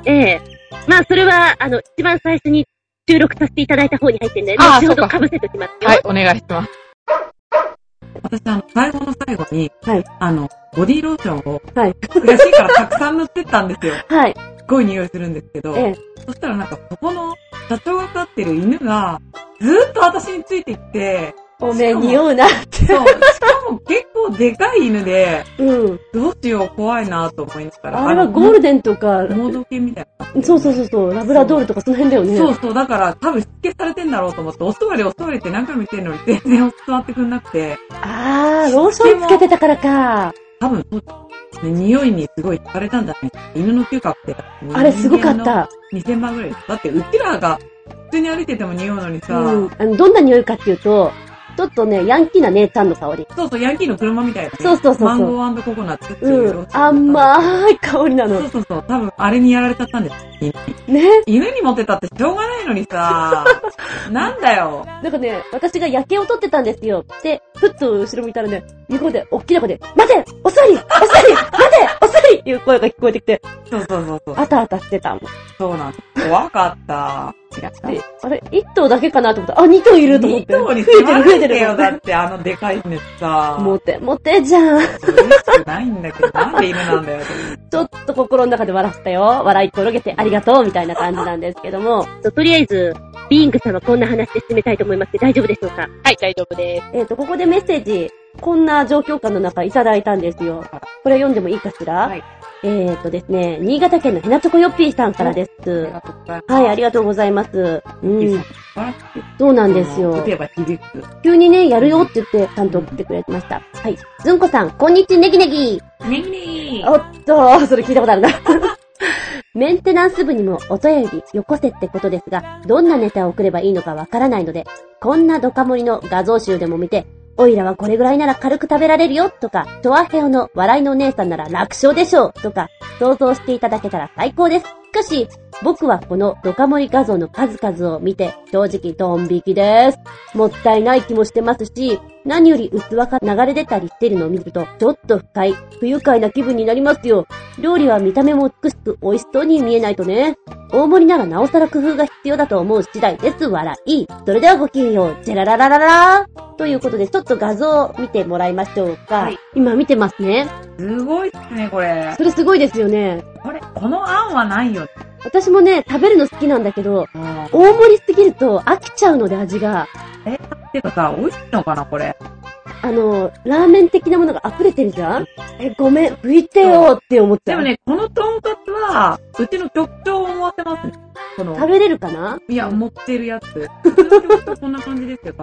Speaker 2: ええまあ、それは、あの、一番最初に収録させていただいた方に入ってんで、
Speaker 4: あ
Speaker 2: 後
Speaker 4: ー
Speaker 2: ほど
Speaker 4: そ
Speaker 2: 被
Speaker 4: うか
Speaker 2: せておきますよ。
Speaker 4: はい、お願いします。
Speaker 3: 私、あの、最後の最後に、
Speaker 5: はい
Speaker 3: あの、ボディローションを、
Speaker 5: はい
Speaker 3: 悔しいからたくさん塗ってったんです
Speaker 5: [LAUGHS]
Speaker 3: よ。
Speaker 5: はい。
Speaker 3: すっごい匂いするんですけど、
Speaker 5: ええ
Speaker 3: そしたらなんか、そこの社長が飼ってる犬が、ずーっと私についてき
Speaker 5: [LAUGHS]
Speaker 3: て、
Speaker 5: おめえ匂うなって。
Speaker 3: そう、しかも結構でかい犬で、
Speaker 5: うん。
Speaker 3: どうしよう怖いなと思いながら。
Speaker 5: あれはゴールデンとか、
Speaker 3: モード系みたいな。
Speaker 5: そうそうそうそう、ラブラドールとかその辺だよね。
Speaker 3: そうそう、だから多分しつけされてんだろうと思って、お座りお座りって何回も言ってんのに全然座ってくんなくて、
Speaker 5: あー、ローションつけてたからか。
Speaker 3: 多分そうですね匂いにすごい惹かれたんじゃないかな犬の嗅覚って。
Speaker 5: あれすごかっ
Speaker 3: 人間の
Speaker 5: た。
Speaker 3: 2000万ぐらいですだって、うちらが普通に歩いてても匂うのに
Speaker 5: う
Speaker 3: さ、
Speaker 5: ん。あの、どんな匂いかっていうと、ちょっとね、ヤンキーな姉ちゃんの香り。
Speaker 3: そうそう、ヤンキーの車みたいな、ね。
Speaker 5: そうそうそうそう
Speaker 3: マンゴーココナッツっていうう。
Speaker 5: ん。甘い香りな
Speaker 3: そ
Speaker 5: の
Speaker 3: う。そうそう、多分あれにやられちゃったんです。的に。
Speaker 6: ね。
Speaker 3: 犬にモテたってしょうがないのにさ、
Speaker 5: [LAUGHS]
Speaker 3: なんだよ。
Speaker 6: なんかね、私が夜景を撮ってたんですよ。で、ふっと後ろ見たらね、向こうで、おっきな声で、待てお座りお座り待てお座りっていう声が聞こえてきて、
Speaker 3: そうそうそうそう。
Speaker 6: あたあたしてたもん。
Speaker 3: そうなんだ。怖かった。違った。
Speaker 6: で、あれ、一頭だけかなと思ったあ、二頭いると思っ
Speaker 3: 二
Speaker 6: て。
Speaker 3: 頭に
Speaker 6: 増えて
Speaker 3: 座
Speaker 6: る増
Speaker 3: る
Speaker 6: え
Speaker 3: ん
Speaker 6: て
Speaker 3: だ
Speaker 6: る
Speaker 3: よ。
Speaker 6: と思
Speaker 3: だ
Speaker 6: って。
Speaker 3: ってあのでかい犬さ。
Speaker 6: モテ、モテじゃん。
Speaker 3: 嬉しくないんだけど、なんで犬なんだよ。
Speaker 6: ちょっと心の中で笑ったよ。笑い転げてありがとうみたいな感じなんですけども。
Speaker 2: ととりあえず、ビーングさんはこんな話で進めたいと思いますけど大丈夫でしょうか
Speaker 7: はい、大丈夫です。
Speaker 6: えっ、と、ここでメッセージ、こんな状況下の中いただいたんですよ。これ読んでもいいかしら
Speaker 3: はい。
Speaker 6: えっ、とですね、新潟県のヘナチョコヨッピーさんからです。
Speaker 3: ありがとうございます。
Speaker 6: はい、ありがとうございます。う
Speaker 3: いいさ
Speaker 6: ん
Speaker 3: ん、素晴らしい。
Speaker 6: そうなんですよ
Speaker 3: 打。てば響く。
Speaker 6: 急にね、やるよって言って、ちゃんと送ってくれてました。はい。ずんこさん、こんにちは、ネギネギ
Speaker 3: ねぎね
Speaker 6: おっと、それ聞いたことあるな。メンテナンス部にもお便りよこせってことですが、どんなネタを送ればいいのかわからないので、こんなドカ盛りの画像集でも見て、おいらはこれぐらいなら軽く食べられるよとか、トアヘオの笑いのお姉さんなら楽勝でしょうとか、想像していただけたら最高です。しかし、僕はこのドカ盛り画像の数々を見て、正直ドン引きです。もったいない気もしてますし、何より薄若流れ出たりしてるのを見ると、ちょっと不快、不愉快な気分になりますよ。料理は見た目も美しく美味しそうに見えないとね。大盛りならなおさら工夫が必要だと思う次第です。笑い。それではごきげんよう。ジェラララララということで、ちょっと画像を見てもらいましょうか。
Speaker 3: はい
Speaker 6: 今見てますね。
Speaker 3: ぎ。すごいっすね、これ。
Speaker 6: それすごいですよね。
Speaker 3: これ、この案はないよね。
Speaker 6: 私もね、食べるの好きなんだけど、
Speaker 3: うん
Speaker 6: 大盛りすぎると飽きちゃうので味が。
Speaker 3: てかさ、美味しいのかな、これ。
Speaker 6: あの、ラーメン的なものが溢れてるじゃんえ、ごめん、拭いてよって思っち
Speaker 3: で
Speaker 6: ゃう。
Speaker 3: もね、このとんかつは、うちの局長を思わせますね。この、
Speaker 6: 食べれるかない
Speaker 3: や、持ってるやつ。うちの局長こんな感じですよ。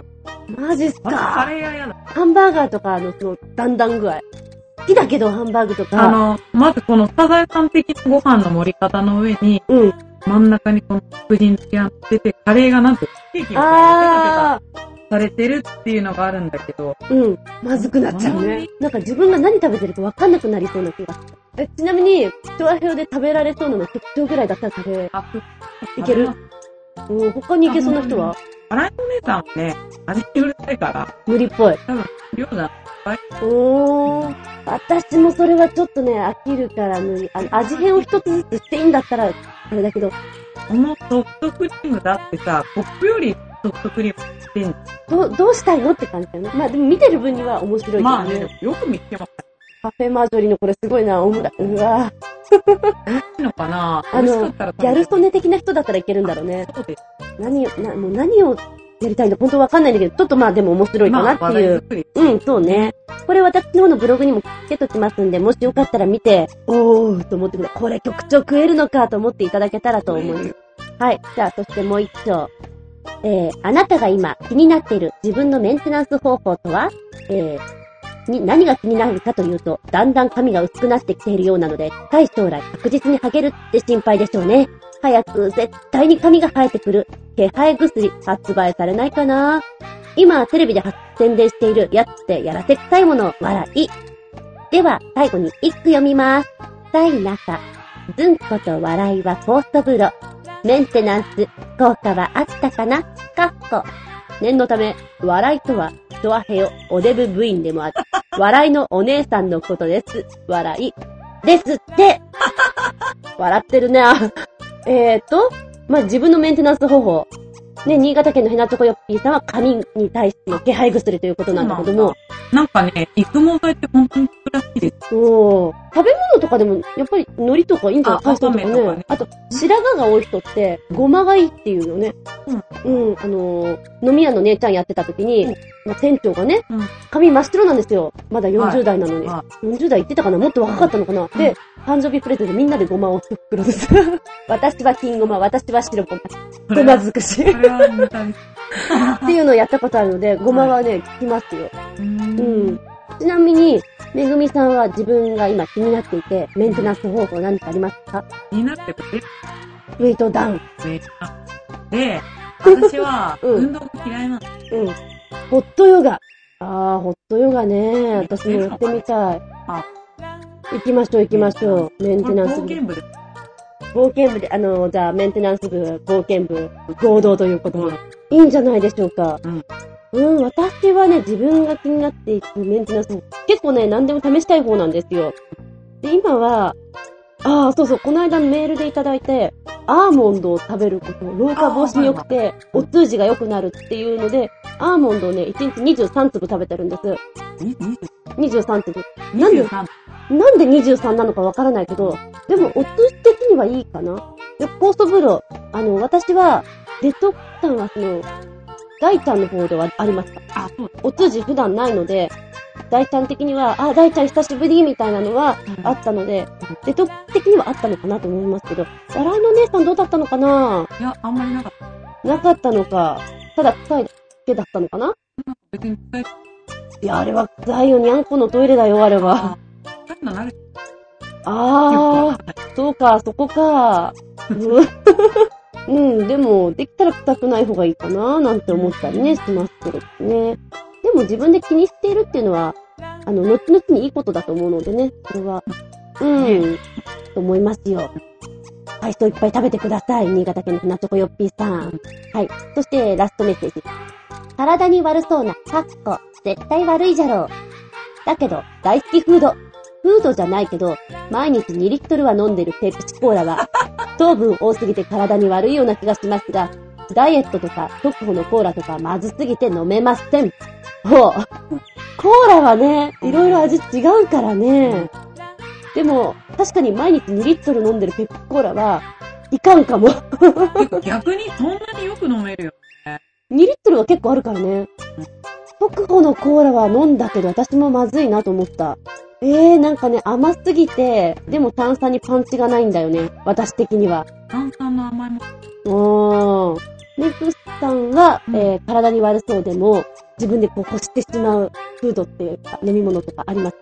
Speaker 6: マジっす
Speaker 3: あカ
Speaker 6: か
Speaker 3: レー屋やだ。
Speaker 6: ハンバーガーとかのその、だんだん具合。好きだけど、ハンバーグとか。
Speaker 3: あの、まずこのサザエさん的なご飯の盛り方の上に、
Speaker 6: うん。
Speaker 3: 真ん中にこの福神漬けが出て、カレーがなんとケーキみたいな
Speaker 6: あ
Speaker 3: ペタペタされてるっていうのがあるんだけど、
Speaker 6: ー、うん。まずくなっちゃう
Speaker 3: う
Speaker 6: ね
Speaker 3: ん。
Speaker 6: なんか自分が何食べてるかわかんなくなりそうな気がする。え、ちなみに、人は表で食べられそうなの特徴ぐらいだったら食べ、
Speaker 3: あ、ふ
Speaker 6: いける
Speaker 3: あの
Speaker 6: うん、他に行けそうな人は
Speaker 3: 洗いのお姉さんはね、味にうるさいから、
Speaker 6: 無理っぽい。
Speaker 3: 量が、
Speaker 6: おー。私もそれはちょっとね、飽きるから無理。あの、味変を一つずつしていいんだったら、あれだけど、
Speaker 3: このソフトクリームだってさ、コップよりソフトクリームしてんじ
Speaker 6: どう、どうしたいのって感じだよね。まあでも見てる分には面
Speaker 3: ゃん。
Speaker 6: 白いけど
Speaker 3: まあね、よく見つけます。
Speaker 6: カフェマージョリーのこれすごいな、オムラ、うわ
Speaker 3: いいのかな
Speaker 6: あの
Speaker 3: 美味しかったら食
Speaker 6: ギ
Speaker 3: べ
Speaker 6: ャル曽根的な人だったらいけるんだろうね。
Speaker 3: そうです。
Speaker 6: 何を、な、もう何をやりたいのか本当わかんないんだけど、ちょっとまあでも面白いかな
Speaker 3: まあ、
Speaker 6: って
Speaker 3: 話
Speaker 6: い
Speaker 3: 題
Speaker 6: う。
Speaker 3: 作り。
Speaker 6: うん、そうね。これ私の方のブログにもつけときますんで、もしよかったら見て、おーと思ってくれ。これ局長食えるのかと思っていただけたらと思います。はい。じゃあ、そしてもう一丁。えー、あなたが今気になっている自分のメンテナンス方法とはえー、に、何が気になるかというと、だんだん髪が薄くなってきているようなので、近い将来確実に剥げるって心配でしょうね。早く絶対に髪が生えてくる。気配薬発売されないかな今テレビで発宣伝しているやつってやらせくさいもの、笑い。では、最後に一句読みます。さい中。ずんこと笑いはコースト風呂。メンテナンス、効果はあったかなかっこ。念のため、笑いとは、ドアヘオ、おデブ部員でもある。笑いのお姉さんのことです。笑い。ですって笑ってるな。 [LAUGHS] えーと、まあ、自分のメンテナンス方法。ね、新潟県のヘナチョコヨッピーさんは髪に対しての気配薬ということなんだけども、
Speaker 3: なんかね、育毛剤って本当に効くらしいです。
Speaker 6: おー食べ物とかでも、やっぱり海苔とかいいんじゃない
Speaker 3: あ
Speaker 6: 海藻とか
Speaker 3: わかめとか
Speaker 6: ね
Speaker 3: ね。
Speaker 6: あと、白髪が多い人って、ごまがいいっていうのね。うん。あのー飲み屋の姉ちゃんやってた時に、
Speaker 3: うん
Speaker 6: まあ、店長がね、
Speaker 3: うん
Speaker 6: 髪真っ白なんですよ。まだ40代なのに。
Speaker 3: は
Speaker 6: 40代行ってたかなもっと若かったのかな、で、誕生日プレゼントでみんなでごまを一袋ずつ。 [LAUGHS] 私は金ごま、私は白ごま。
Speaker 3: こ
Speaker 6: ご
Speaker 3: れ
Speaker 6: ま
Speaker 3: は、
Speaker 6: 尽くし。
Speaker 3: これはネタです。
Speaker 6: っていうのをやったことあるので、ごまはね、効きますよ。
Speaker 3: う
Speaker 6: うん。ちなみに、めぐみさんは自分が今気になっていて、メンテナンス方法何かありますか
Speaker 3: になってくれる
Speaker 6: ウェイトダウン。
Speaker 3: ねで、私は
Speaker 6: うん
Speaker 3: 運動が嫌いなの。
Speaker 6: うん。ホットヨガ。あー、ホットヨガね。私もやってみたい。
Speaker 3: あ
Speaker 6: 行きましょう、行きましょう。メン
Speaker 3: こ
Speaker 6: テ
Speaker 3: れ
Speaker 6: ナン
Speaker 3: 冒。
Speaker 6: ス
Speaker 3: 険部で
Speaker 5: 冒険部で、あの、じゃあ、メンテナンス部、冒険部、合同ということで、いいんじゃないでしょうか。
Speaker 3: うん。
Speaker 5: うん、私はね、自分が気になっていくメンテナンス部、結構ね、何でも試したい方なんですよ。で、今は、ああ、そうそう、この間メールでいただいて、アーモンドを食べること、老化防止に良くて、お通じが良くなるっていうので、アーモンドをね、1日23粒食べてるんです。
Speaker 3: にに
Speaker 5: 23粒。なんで
Speaker 3: 23
Speaker 5: なんで23なのかわからないけど、でも、お通し的にはいいかな。で、酵素風呂、あの、私は、デトックさんはその、大ちゃんの方ではありますか
Speaker 3: あ、そう
Speaker 5: お通じ普段ないので、大ちゃん的には、あ、大ちゃん久しぶりみたいなのは
Speaker 3: うん
Speaker 5: あったので、デトック的にはあったのかなと思いますけど、笑いのお姉さんどうだったのかない
Speaker 3: や、あんまりなかった。
Speaker 5: なかったのか、ただ臭いだけだったのかな
Speaker 3: 別に使え
Speaker 5: いや、あれは臭いよ、にゃんこのトイレだよ、あれは。
Speaker 3: あ使えるの慣れてる
Speaker 5: あー、そうか、そこか。うん、うんでも、できたら臭くない方がいいかな、なんて思ったりね、しますけどね。でも自分で気にしているっていうのは、あの、後々にいいことだと思うのでね、それは。うん、と思いますよ。海藻いっぱい食べてください、新潟県の船チョコヨッピーさん。はい。そして、ラストメッセージ。体に悪そうな、かっこ、絶対悪いじゃろう。だけど、大好きフード。フードじゃないけど、毎日2リットルは飲んでるペプシコーラは、糖分多すぎて体に悪いような気がしますが、ダイエットとか、特保のコーラとかまずすぎて飲めません。ほう。コーラはね、いろいろ味違うからね。でも、確かに毎日2リットル飲んでるペプシコーラは、いかんかも。
Speaker 3: 結構逆にそんなによく飲めるよ。
Speaker 5: 2リットルは結構あるからね。特保のコーラは飲んだけど、私もまずいなと思った。えー、なんかね、甘すぎて、でも炭酸にパンチがないんだよね。私的には。
Speaker 3: 炭酸の甘いもの。
Speaker 5: うーん。ネクスさんは、
Speaker 3: うん
Speaker 5: えー体に悪そうでも、自分でこう、こしてしまうフードっていうか、飲み物とかあります。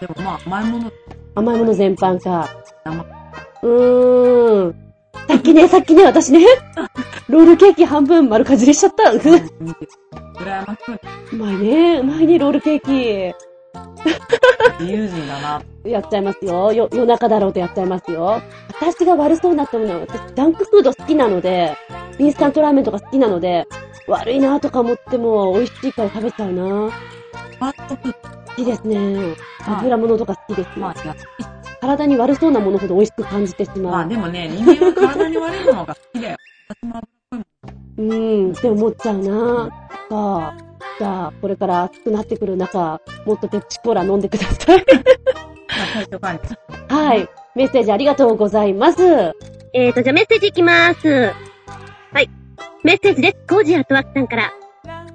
Speaker 3: でもまあ、甘いものって
Speaker 5: 甘いもの全般か。
Speaker 3: 甘いう
Speaker 5: ーん。さっきね、さっきね、私ね、ロールケーキ半分丸かじりしちゃった。
Speaker 3: 見て、羨ましそうに
Speaker 5: うまいね、うまいね、ロールケーキ。
Speaker 3: 自由人だな。
Speaker 5: やっちゃいますよ。よ、夜中だろうとやっちゃいますよ。私が悪そうなと思うのは、私、ジャンクフード好きなので、インスタントラーメンとか好きなので、悪いなとか思っても、美味しいから食べちゃうな
Speaker 3: ファーストフード。
Speaker 5: 好きですね。油物とか好きです、
Speaker 3: まあ、やっ
Speaker 5: 体に悪そうなものほど美味しく感じてしまう。
Speaker 3: まあでもね、人間は体に悪いものが好きだよ。私も
Speaker 5: うん、って思っちゃうなか。じゃあ、これから暑くなってくる中、もっとペプシコーラ飲んでください。 [LAUGHS]
Speaker 3: 体調管理。
Speaker 5: はい。メッセージありがとうございます。
Speaker 2: えーと、じゃあメッセージいきまーす。はい。メッセージです。コージーアートワークさんから。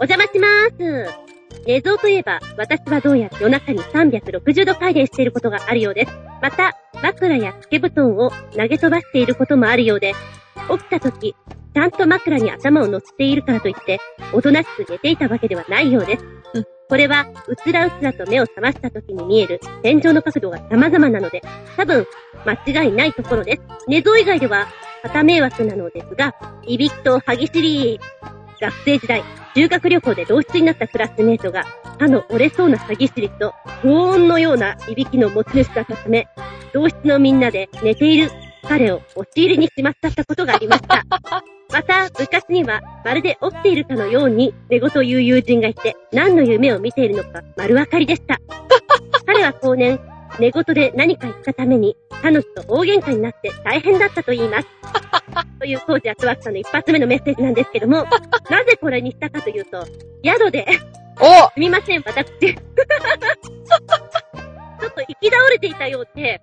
Speaker 2: お邪魔しまーす。寝相といえば、私はどうやら夜中に360度回転していることがあるようです。また、枕や掛け布団を投げ飛ばしていることもあるようで、起きた時、ちゃんと枕に頭を乗せているからといって、おとなしく寝ていたわけではないようです。これは、うつらうつらと目を覚ました時に見える天井の角度が様々なので、多分、間違いないところです。寝相以外では、片迷惑なのですが、いびきと歯ぎしり。学生時代、修学旅行で同室になったクラスメートが、歯の折れそうな歯ぎしりと、高音のようないびきの持ち主だったため、同室のみんなで寝ている彼を押し入れにしまったったことがありました。また、部活には、まるで起きているかのように、寝言を言う友人がいて、何の夢を見ているのか丸わかりでした。彼は後年、寝言で何か言ったために、彼女と大喧嘩になって大変だったと言います。という当時、アツワクさんの一発目のメッセージなんですけども、なぜこれにしたかというと、宿で、
Speaker 4: お
Speaker 2: すみません、私。 [LAUGHS] ちょっと行き倒れていたようで、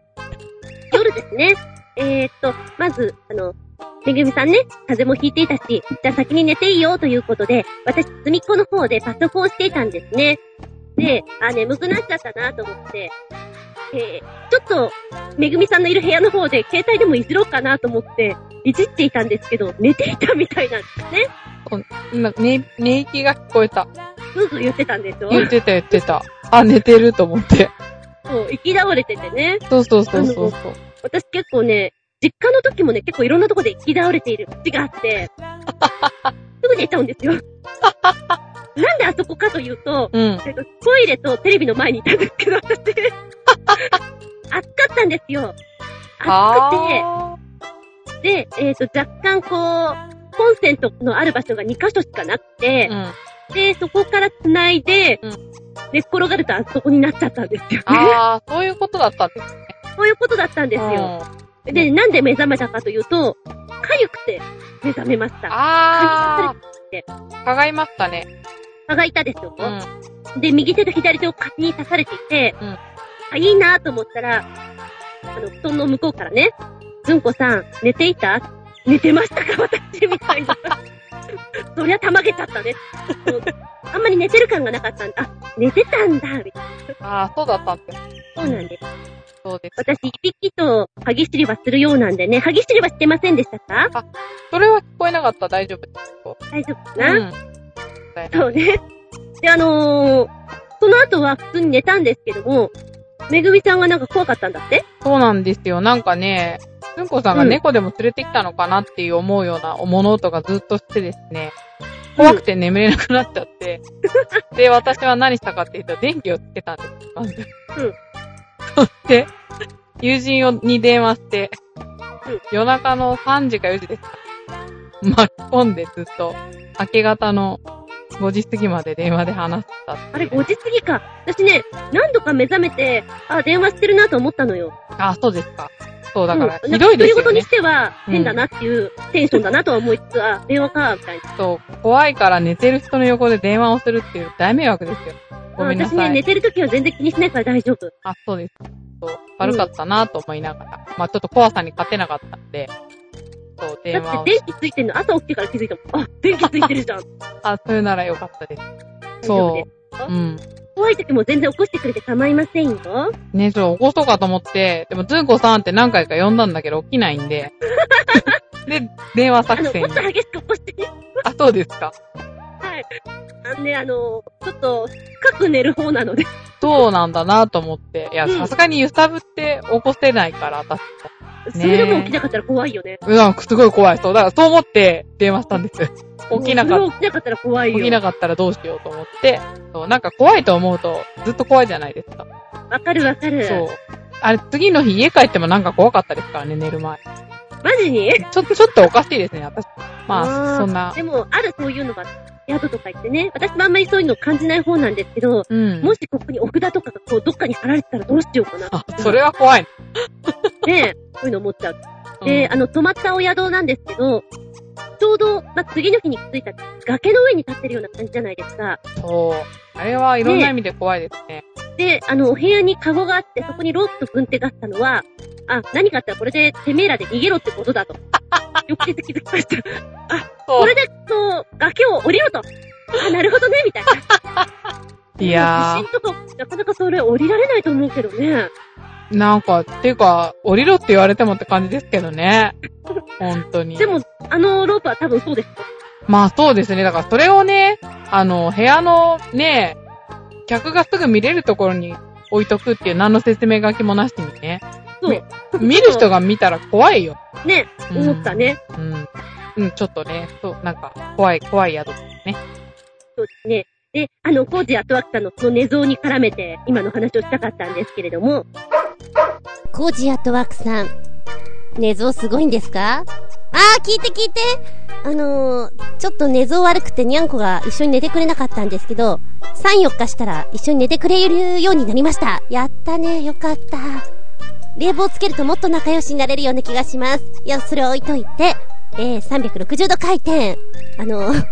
Speaker 2: 夜ですね。えー、っと、まず、あの、めぐみさんね、風邪もひいていたし、じゃあ先に寝ていいよということで、私、隅っこの方でパソコンをしていたんですね。で、あ、眠くなっちゃったなと思って、えー、ちょっと、めぐみさんのいる部屋の方で、携帯でもいじろうかなと思って、いじっていたんですけど、寝ていたみたいなんですね。
Speaker 4: 今、ね、寝息が聞こえた。
Speaker 2: ぐーぐー言ってたんでしょ
Speaker 4: 言ってた言ってた。あ、寝てると思って。
Speaker 2: そう、行き倒れててね。
Speaker 4: そうそうそうそうそう。
Speaker 2: 私結構ね、実家の時もね、結構いろんなとこで行き倒れている節があ
Speaker 4: [LAUGHS]
Speaker 2: って、すぐ寝ちゃうんですよ。なんであそこかというと、
Speaker 4: うん。
Speaker 2: えっとトイレとテレビの前にいたんです
Speaker 4: [LAUGHS]
Speaker 2: けど、私。暑かったんですよ。暑くて、
Speaker 4: あ
Speaker 2: で、えっ、と、若干こう、コンセントのある場所が2箇所しかなくて
Speaker 4: [LAUGHS] う、ん。
Speaker 2: で、そこから繋いで、
Speaker 4: うん
Speaker 2: 寝っ転がるとあそこになっちゃったんですよね。
Speaker 4: ああ、そういうことだったん [LAUGHS] です
Speaker 2: [LAUGHS] そういうことだったんですよ。で、なんで目覚めたかというと、痒くて目覚めました。
Speaker 4: あ
Speaker 2: 鍵が
Speaker 4: [LAUGHS] あ、かがいましたね。
Speaker 2: 蚊がいたですよ。
Speaker 4: うん。
Speaker 2: で、右手と左手を蚊に刺されていて、
Speaker 4: うん
Speaker 2: あ、いいなと思ったら、あの、布団の向こうからね、ずんこさん、寝ていた寝てましたか私みたいな。 [LAUGHS] そりゃたまげちゃったね。そうあんまり寝てる感がなかったんだ。あ、寝てたんだ、みたいな。
Speaker 4: ああ、そうだったんです。
Speaker 2: そうなんです。
Speaker 4: そうです。
Speaker 2: 私、一匹と歯ぎしりはするようなんでね、歯ぎしりはしてませんでしたか
Speaker 4: それは聞こえなかった。大丈夫です。
Speaker 2: 大丈夫かな、
Speaker 4: うん。
Speaker 2: そうね。で、あのー、その後は普通に寝たんですけども、めぐみさんがなんか怖かったんだって
Speaker 4: そうなんですよ。なんかね、ずんこさんが猫でも連れてきたのかなっていう思うような物音がずっとしてですね、怖くて眠れなくなっちゃ
Speaker 2: [LAUGHS]
Speaker 4: って、で、私は何したかっていうと、電気をつけたんです。ま [LAUGHS] ず
Speaker 2: うん
Speaker 4: そして、友人をに電話して、
Speaker 2: うん
Speaker 4: 夜中の3時か4時ですか。巻き込んでずっと、明け方の5時過ぎまで電話で話したっていう
Speaker 2: あれ、5時過ぎか。私ね、何度か目覚めて、あ、電話してるなと思ったのよ。
Speaker 4: あ、そうですか。そう、だから、
Speaker 2: うん
Speaker 4: ひどいです
Speaker 2: なんか独り言
Speaker 4: よね
Speaker 2: にし。ては、
Speaker 4: うん
Speaker 2: 変だなっていうテンションだなとは思いつつ、あ、電話か、みたいな。
Speaker 4: そう、怖いから寝てる人の横で電話をするっていう大迷惑ですよ。ごめんな
Speaker 2: 私
Speaker 4: さ
Speaker 2: ね、
Speaker 4: い。
Speaker 2: 寝てる時は全然気にしないから大丈夫。
Speaker 4: あ、そうです。そう、悪かったなと思いながら。まあちょっと怖さに勝てなかったんで、そう、電
Speaker 2: だ
Speaker 4: 話
Speaker 2: っ
Speaker 4: を。
Speaker 2: て電気ついてんの、朝起きてから気づいたもん。あ、電気ついてるじゃん。
Speaker 4: あ、それならよかったです。
Speaker 2: 大丈夫で
Speaker 4: そ
Speaker 2: す
Speaker 4: う。うん。
Speaker 2: 怖い時も全然起こしてくれて構いませんよ。
Speaker 4: ね、そう、起こそうかと思って、でも、ズンコさんって何回か呼んだんだけど、起きないん
Speaker 2: [LAUGHS]
Speaker 4: で。で、電話
Speaker 2: あ
Speaker 4: 作
Speaker 2: の、
Speaker 4: 戦
Speaker 2: もっ
Speaker 4: に
Speaker 2: と。激しく起こしてね。
Speaker 4: あ、そうですか。
Speaker 2: はい。あのね、あの、ちょっと、深く寝る方なので。
Speaker 4: そうなんだなと思って。いや、
Speaker 2: うん
Speaker 4: さすがに揺さぶって起こせないから、私も。
Speaker 2: それでも起きなかったら怖いよね。
Speaker 4: うん、すごい怖い。そう、だからそう思って電話したんです。起きなか
Speaker 2: それ
Speaker 4: っ
Speaker 2: も起きなかったら怖
Speaker 4: た。
Speaker 2: い
Speaker 4: 起
Speaker 2: よ。
Speaker 4: きなかったらどうしようと思って、そう、なんか怖いと思うと、ずっと怖いじゃないですか。
Speaker 2: わかるわかる。
Speaker 4: そう。あれ、次の日家帰ってもなんか怖かったですからね、寝る前。
Speaker 2: マジに
Speaker 4: ちょっと、ちょっとおかしいですね、私。ま
Speaker 2: あ
Speaker 4: あ、
Speaker 2: ー
Speaker 4: そんな。
Speaker 2: でも、あるそういうのが、宿とか行ってね、私もあんまりそういうの感じない方なんですけど、
Speaker 4: うん。
Speaker 2: もしここにお札とかがこう、どっかに貼られてたらどうしようかな。
Speaker 4: あ、それは怖い。
Speaker 2: ねえ、
Speaker 4: [LAUGHS]
Speaker 2: そういうの思っちゃう。
Speaker 4: うん
Speaker 2: で、あの、泊まったお宿なんですけど、ちょうど、まあ、次の日に着いた崖の上に立ってるような感じじゃないですか。
Speaker 4: そう。あれはいろんな意味で怖いですね。
Speaker 2: で、あの、お部屋にカゴがあって、そこにロープと軍手があったのは、あ、何かあったらこれで、てめえらで逃げろってこと
Speaker 4: [LAUGHS]
Speaker 2: だと。よく気づきました。
Speaker 4: そ
Speaker 2: こ
Speaker 4: う
Speaker 2: れ。で、そう、崖を降りろと。あ、なるほどね、みたいな。
Speaker 4: いや
Speaker 2: 地震とか、なかなかそれ降りられないと思うけどね。
Speaker 4: ー、なんか、っていうか、降りろって言われてもって感じですけどね。本当に。
Speaker 2: でも、あのロープは多分そうです。
Speaker 4: まあそうですね。だからそれをね、あの、部屋のね、客がすぐ見れるところに置いとくっていう何の説明書きもなしにね。
Speaker 2: そう。
Speaker 4: 見る人が見たら怖いよ。
Speaker 2: ね、
Speaker 4: うん
Speaker 2: 思った。ね。
Speaker 4: うん。うん、ちょっとね、そう、なんか、怖い、怖い宿ですね。
Speaker 2: そうですね。で、あの、コージアトワクさんのその寝相に絡めて、今の話をしたかったんですけれども、
Speaker 6: コージアットワークさん。寝相すごいんですかあー、聞いて聞いてあのー、ちょっと寝相悪くてにゃんこが一緒に寝てくれなかったんですけど、3、4日したら一緒に寝てくれるようになりました。やったね、よかった。冷房つけるともっと仲良しになれるような気がします。いや、それは置いといて、えー、360度回転。あのー、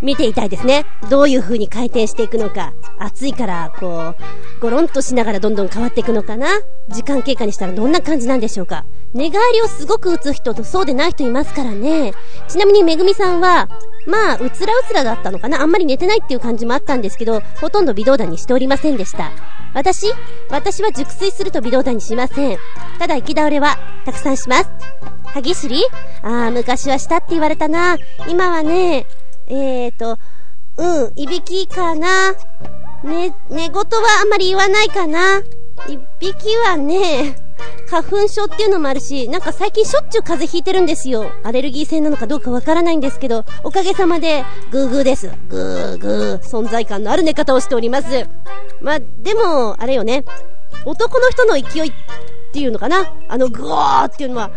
Speaker 6: 見ていたいですね。どういう風に回転していくのか。暑いから、こう、ゴロンとしながらどんどん変わっていくのかな。時間経過にしたらどんな感じなんでしょうか。寝返りをすごく打つ人とそうでない人いますからね。ちなみにめぐみさんは、まあ、うつらうつらだったのかな。あんまり寝てないっていう感じもあったんですけど、ほとんど微動だにしておりませんでした。私私は熟睡すると微動だにしません。ただ、行き倒れは、たくさんします。歯ぎしりああ、昔はしたって言われたな。今はね、えーと、うん、いびきかな。ね、寝言はあんまり言わないかな。いびきはね、花粉症っていうのもあるし、なんか最近しょっちゅう風邪ひいてるんですよ。アレルギー性なのかどうかわからないんですけど、おかげさまで、グーグーです。グーグー。存在感のある寝方をしております。まあ、でも、あれよね。男の人の勢いって
Speaker 5: っていうのかなあの、グワーっていうのは、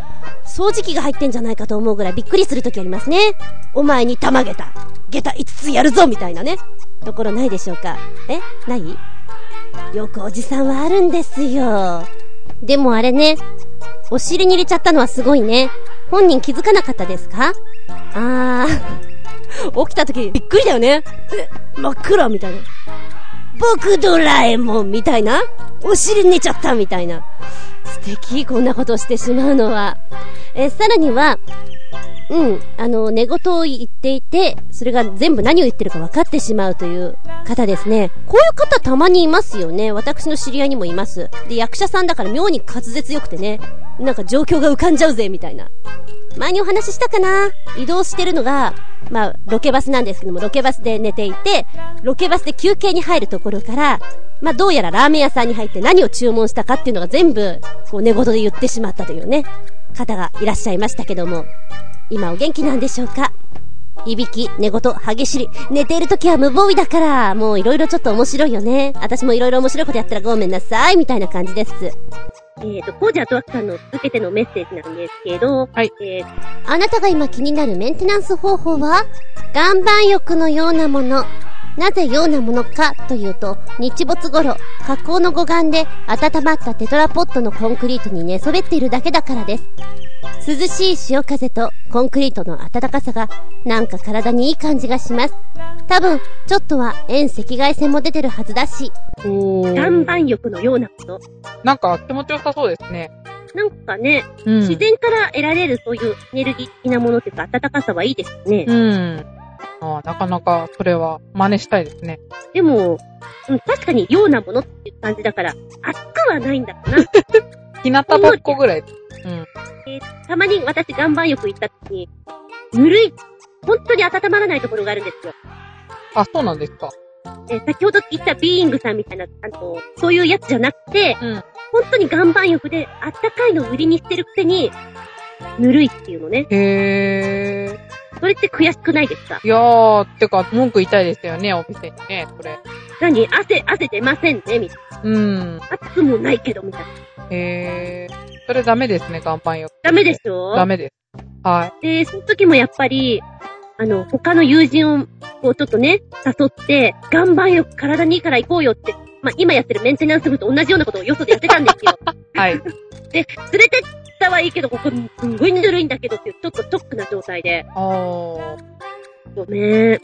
Speaker 5: 掃除機が入ってんじゃないかと思うぐらいびっくりするときありますね。お前に玉げた。げた5つやるぞみたいなね。ところないでしょうかえないよくおじさんはあるんですよ。
Speaker 6: でもあれね、お尻に入れちゃったのはすごいね。本人気づかなかったですかあー、
Speaker 5: [LAUGHS] 起きた時びっくりだよね。え、真っ暗みたいな。僕ドラえもんみたいな。お尻寝ちゃったみたいな。素敵、こんなことしてしまうのは。
Speaker 6: え、さらには、うん、あの、寝言を言っていて、それが全部何を言ってるか分かってしまうという方ですね。こういう方たまにいますよね。私の知り合いにもいます。で、役者さんだから妙に滑舌良くてね、なんか状況が浮かんじゃうぜ、みたいな。前にお話ししたかな移動してるのが、まあ、ロケバスなんですけども、ロケバスで寝ていて、ロケバスで休憩に入るところから、まあ、どうやらラーメン屋さんに入って何を注文したかっていうのが全部、こう、寝言で言ってしまったというね、方がいらっしゃいましたけども、今お元気なんでしょうかいびき、寝言、激しり。寝ている時は無防備だから、もういろいろちょっと面白いよね。私もいろいろ面白いことやったらごめんなさい、みたいな感じです。
Speaker 2: えっ、と、コージアトワクさんの続けてのメッセージなんですけど、
Speaker 4: はい。
Speaker 2: えー
Speaker 6: あなたが今気になるメンテナンス方法は、岩盤浴のようなもの。なぜようなものかというと、日没頃、河口の護岸で温まったテトラポットのコンクリートに寝そべっているだけだからです。涼しい潮風とコンクリートの暖かさが、なんか体にいい感じがします。多分、ちょっとは遠赤外線も出てるはずだし、
Speaker 4: お
Speaker 2: 岩盤浴のようなもの。
Speaker 4: なんか気持ちよさそうですね。
Speaker 2: なんかね、
Speaker 4: うん。
Speaker 2: 自然から得られるそういうエネルギー的なものっていうか、暖かさはいいですね。
Speaker 4: うん。ああ、なかなかそれは真似したいですね。
Speaker 2: でも、うん、確かにようなものっていう感じだから、暑くはないんだろうな。
Speaker 4: 日向ぼっこぐらい。うん。
Speaker 2: たまに私岩盤浴行った時に、ぬるい、本当に温まらないところがあるんですよ。
Speaker 4: あ、そうなんですか。
Speaker 2: えー先ほど言ったビーイングさんみたいな、あの、そういうやつじゃなくて、
Speaker 4: うん
Speaker 2: 本当に岩盤浴であったかいのを売りにしてるくせに、ぬるいっていうのね。
Speaker 4: へえ。
Speaker 2: それって悔しくないですか
Speaker 4: いやー、てか、文句言いたいですよね、お店にね、これ。
Speaker 2: 何汗、汗出ませんねみたい
Speaker 4: うん。
Speaker 2: な。熱くもないけど、みたいな。
Speaker 4: へえ。それダメですね、岩盤浴。
Speaker 2: ダメでしょ
Speaker 4: ダメです。は
Speaker 2: で、その時もやっぱり、あの、他の友人を、こう、ちょっとね、誘って、岩盤浴体にいいから行こうよって、まあ、今やってるメンテナンス部と同じようなことをよそでやってたんです
Speaker 4: [LAUGHS]
Speaker 2: よ。
Speaker 4: い。はい。
Speaker 2: で、連れてったはいいけど、ここ、すんごいぬるいんだけどっていう、ちょっとショックな状態で、
Speaker 4: あー。
Speaker 2: ごめん。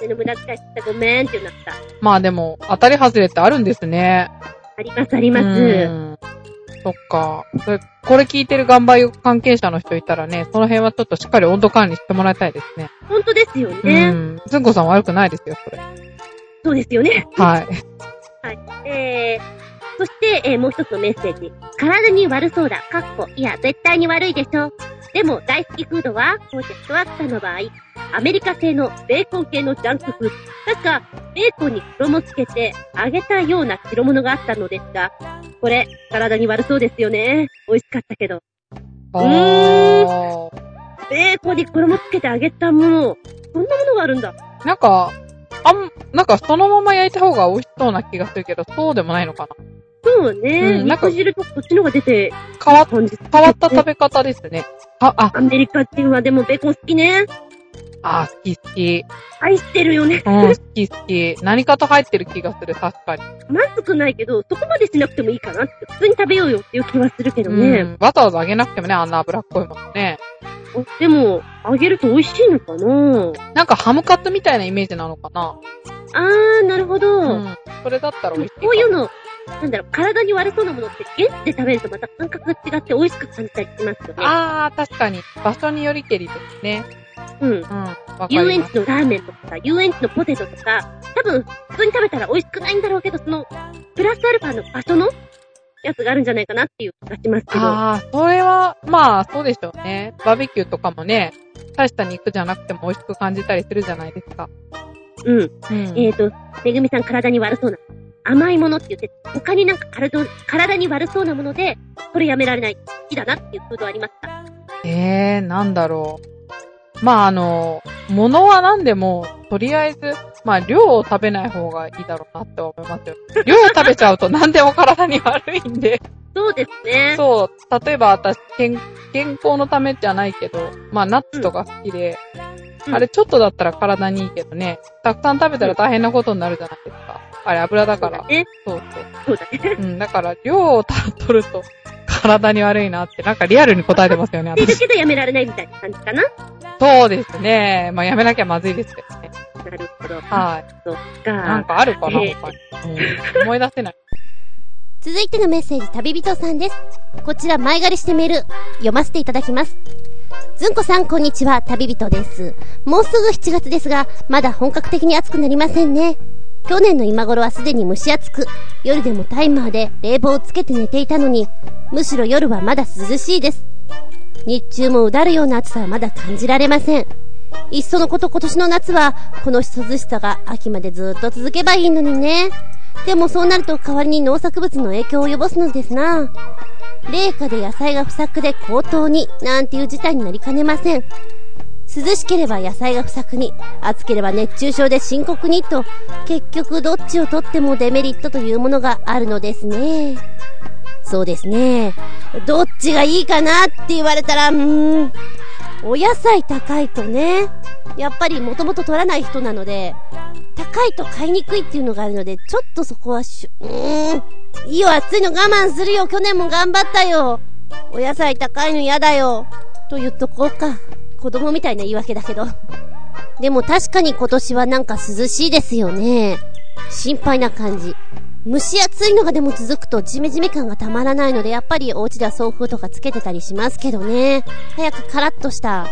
Speaker 2: 手の無駄遣いしてごめんってなった。
Speaker 4: まあでも、当たり外れってあるんですね。
Speaker 2: あります、あり
Speaker 4: い
Speaker 2: ます。。
Speaker 4: そっか。それこれ聞いてる岩盤浴関係者の人いたらね、その辺はちょっとしっかり温度管理してもらいたいですね。
Speaker 2: 本当ですよ
Speaker 4: う
Speaker 2: ね。
Speaker 4: ん。ずんこさん悪くないですよ、それ。
Speaker 2: そうですよね。
Speaker 4: はい。
Speaker 2: えー、そして、えーもう一つのメッセージ。体に悪そうだ。かっこ、いや、絶対に悪いでしょ。でも、大好きフードは、コーチェットワークさんの場合、アメリカ製のベーコン系のジャンクフード。確か、ベーコンに衣つけて、揚げたような白物があったのですが、これ、体に悪そうですよね。美味しかったけど。
Speaker 4: あー
Speaker 2: ベーコンに衣つけて揚げたもの、そんなものがあるんだ。
Speaker 4: なんか、あん、なんかそのまま焼いた方が美味しそうな気がするけど、そうでもないのかな。
Speaker 2: そうね。
Speaker 4: うんなんか
Speaker 2: 肉汁とこっちのが出て、
Speaker 4: 変わっ、
Speaker 2: 感じた
Speaker 4: 変わった食べ方ですね。あ、あ、
Speaker 2: アメリカ人はでもベーコン好きね。
Speaker 4: あ、好き好き。
Speaker 2: 愛してるよね。
Speaker 4: うん、好き好き。何かと入ってる気がする、確かに。
Speaker 2: まずくないけど、そこまでしなくてもいいかなって、普通に食べようよっていう気はするけど
Speaker 4: う
Speaker 2: ね。
Speaker 4: ん。わざわざ揚げなくてもね、あんな脂っこいものね。
Speaker 2: でも、揚げると美味しいのかな
Speaker 4: なんかハムカツみたいなイメージなのかな。
Speaker 2: あー、なるほど。
Speaker 4: うん。それだったら美味しいかも。
Speaker 2: こういうの、なんだろう、体に悪そうなものって、現地で食べるとまた感覚が違って美味しく感じたりしますよね。
Speaker 4: あー、確かに。場所によりけりですね。
Speaker 2: うん。
Speaker 4: うん。わかり
Speaker 2: 遊園
Speaker 4: ます。
Speaker 2: 地のラーメンとかさ、遊園地のポテトとか、多分、普通に食べたら美味しくないんだろうけど、その、プラスアルファの場所のやつがあるんじゃないかなっていう気がしますけど。
Speaker 4: あー、それは、まあ、そうでしょうね。バーベキューとかもね、大した肉じゃなくても美味しく感じたりするじゃないですか。
Speaker 2: うん。
Speaker 4: うん。
Speaker 2: えーと、めぐみさん体に悪そうな。甘いものって言って、他になんか体を体に悪そうなもので、これやめられない。好きだなっていうフードありますか
Speaker 4: えー、なんだろう。まあ、あの、物は何でも、とりあえず、まあ、量を食べない方がいいだろうなって思いますよ。量を食べちゃうと何でも体に悪いんで。
Speaker 2: そうですね。
Speaker 4: そう、例えば私、健健康のためじゃないけど、まあナッツとか好きで、
Speaker 2: うん
Speaker 4: あれちょっとだったら体にいいけどね、たくさん食べたら大変なことになるじゃないですか。あれ油だから。
Speaker 2: ね。
Speaker 4: そうそう。
Speaker 2: そうだね。
Speaker 4: うん、だから量を取ると体に悪いなって、なんかリアルに答えてますよね、
Speaker 2: 知ってる
Speaker 4: 私。
Speaker 2: けどやめられないみたいな感じかな。
Speaker 4: [LAUGHS] そうですね。まあやめなきゃまずいですけどね。
Speaker 2: なるほど。
Speaker 4: はい。
Speaker 2: そっ
Speaker 4: なん
Speaker 2: か。
Speaker 4: かあるかな、他に
Speaker 2: え。
Speaker 4: うん思い出せない。
Speaker 6: 続いてのメッセージ、旅人さんです。こちら、前借りしてメール、読ませていただきます。ずんこさん、こんにちは。旅人です。もうすぐ7月ですが、まだ本格的に暑くなりませんね。去年の今頃はすでに蒸し暑く、夜でもタイマーで冷房をつけて寝ていたのに、むしろ夜はまだ涼しいです。日中もうだるような暑さはまだ感じられません。いっそのこと今年の夏は、この涼しさが秋までずっと続けばいいのにね。でもそうなると代わりに農作物の影響を及ぼすのですな。冷夏で野菜が不作で高騰に、なんていう事態になりかねません。涼しければ野菜が不作に、暑ければ熱中症で深刻にと、結局どっちをとってもデメリットというものがあるのですね。そうですね。どっちがいいかなって言われたら、うーん。お野菜高いとね、やっぱりもともと取らない人なので、高いと買いにくいっていうのがあるので、ちょっとそこはしゅ、うーん。いいよ、暑いの我慢するよ。去年も頑張ったよ。お野菜高いの嫌だよ。と言っとこうか。子供みたいな言い訳だけど。でも確かに今年はなんか涼しいですよね。心配な感じ。蒸し暑いのがでも続くとジメジメ感がたまらないので、やっぱりお家では送風とかつけてたりしますけどね。早くカラッとした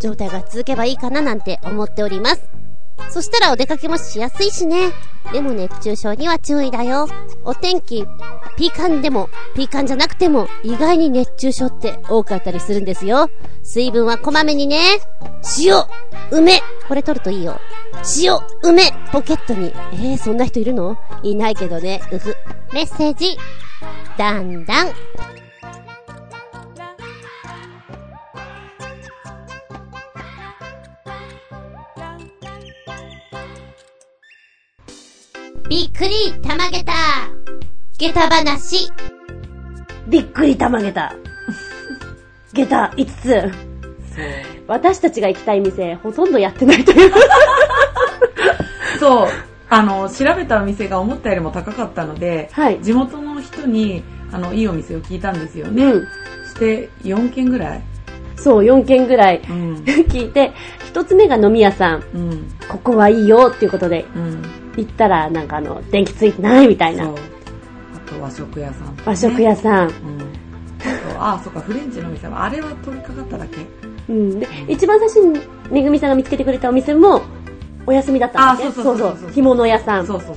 Speaker 6: 状態が続けばいいかななんて思っております。そしたらお出かけもしやすいしね。でも熱中症には注意だよ。お天気、ピーカンでも、ピーカンじゃなくても、意外に熱中症って多かったりするんですよ。水分はこまめにね。塩、梅、これ取るといいよ。塩、梅、ポケットに。えー、そんな人いるのいないけどね。うふ。メッセージ、だんだん。びっくり、たまげた。げた話。
Speaker 5: びっくりたまげた。下駄5つ。私たちが行きたい店、ほとんどやってないという。 [LAUGHS]
Speaker 3: そう。あの、調べたお店が思ったよりも高かったので、
Speaker 5: はい。
Speaker 3: 地元の人に、あの、いいお店を聞いたんですよね。
Speaker 5: うん。
Speaker 3: して、4軒ぐらい
Speaker 5: そう、4軒ぐらい [LAUGHS]
Speaker 3: うん。
Speaker 5: 聞いて、1つ目が飲み屋さん。
Speaker 3: うん。
Speaker 5: ここはいいよっていうことで、
Speaker 3: うん。
Speaker 5: 行ったらなんかあの、電気ついてないみたい
Speaker 3: そ
Speaker 5: な
Speaker 3: う。。あと和食屋さん、
Speaker 5: 和食屋さん。
Speaker 3: うん。あと、あ、そっか、フレンチのお店は、あれは取り掛かっただけ。
Speaker 5: うん。で、一番最初にめぐみさんが見つけてくれたお店も、お休みだったんですね。
Speaker 3: あそうそうそうそう
Speaker 5: そう。干物屋さん。
Speaker 3: そうそうそう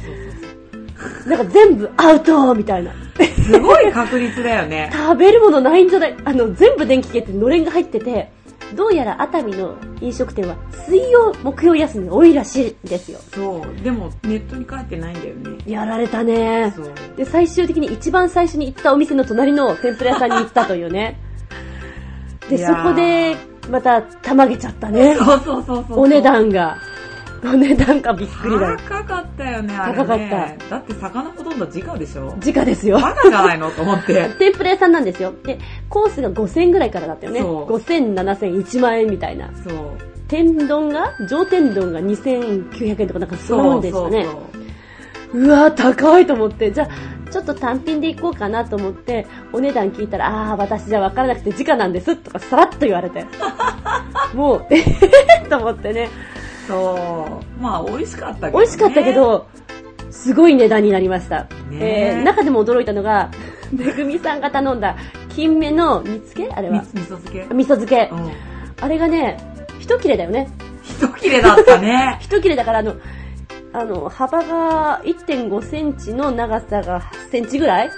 Speaker 3: そう。
Speaker 5: なんか全部アウトみたいな。
Speaker 3: すごい確率だよね。
Speaker 5: 食べるものないんじゃないあの、全部電気消えてのれんが入ってて、どうやら熱海の飲食店は水曜、木曜休み多いらしいですよ。
Speaker 3: そう。でも、ネットに書いてないんだよね。
Speaker 5: やられたね。
Speaker 3: そう。
Speaker 5: で、最終的に一番最初に行ったお店の隣の天ぷら屋さんに行ったとい
Speaker 3: [LAUGHS]
Speaker 5: うね。で、
Speaker 3: い
Speaker 5: そ
Speaker 3: やー
Speaker 5: こで、また、たまげちゃったね。
Speaker 3: そうそうそうそう。
Speaker 5: お値段が。お値段がびっくりだよ。
Speaker 3: 高かったよね、あれ、ね。
Speaker 5: 高かった
Speaker 3: だって魚ほとんど直でしょ
Speaker 5: 直ですよ。
Speaker 3: バカじゃないのと思って。
Speaker 5: 天ぷら屋さんなんですよ。で、コースが5000円ぐらいからだったよね。
Speaker 3: そう
Speaker 5: 5000、7000、1万円みたいな。
Speaker 3: そう。
Speaker 5: 天丼が上天丼が2900円とかなんかそんなもんでしたねう
Speaker 3: そうそう
Speaker 5: わー高いと思ってじゃあちょっと単品でいこうかなと思ってお値段聞いたらああー私じゃ分からなくて直なんですとかさらっと言われて
Speaker 3: [LAUGHS]
Speaker 5: もうえーと思ってね
Speaker 3: そう。そう。まあ、美味しかったけど、ね。
Speaker 5: 美味しかったけ。どすごい値段になりました、
Speaker 3: ね
Speaker 5: えー中でも驚いたのが [LAUGHS] めぐみさんが頼んだ金目の煮つけあれ
Speaker 3: み
Speaker 5: は
Speaker 3: 味噌漬け。う
Speaker 5: 味噌漬け
Speaker 3: ん。
Speaker 5: あれがね一切れだよね。
Speaker 3: 一切れだったね
Speaker 5: 一切れだからあの、あの、幅が1.5センチの長さが8センチぐらい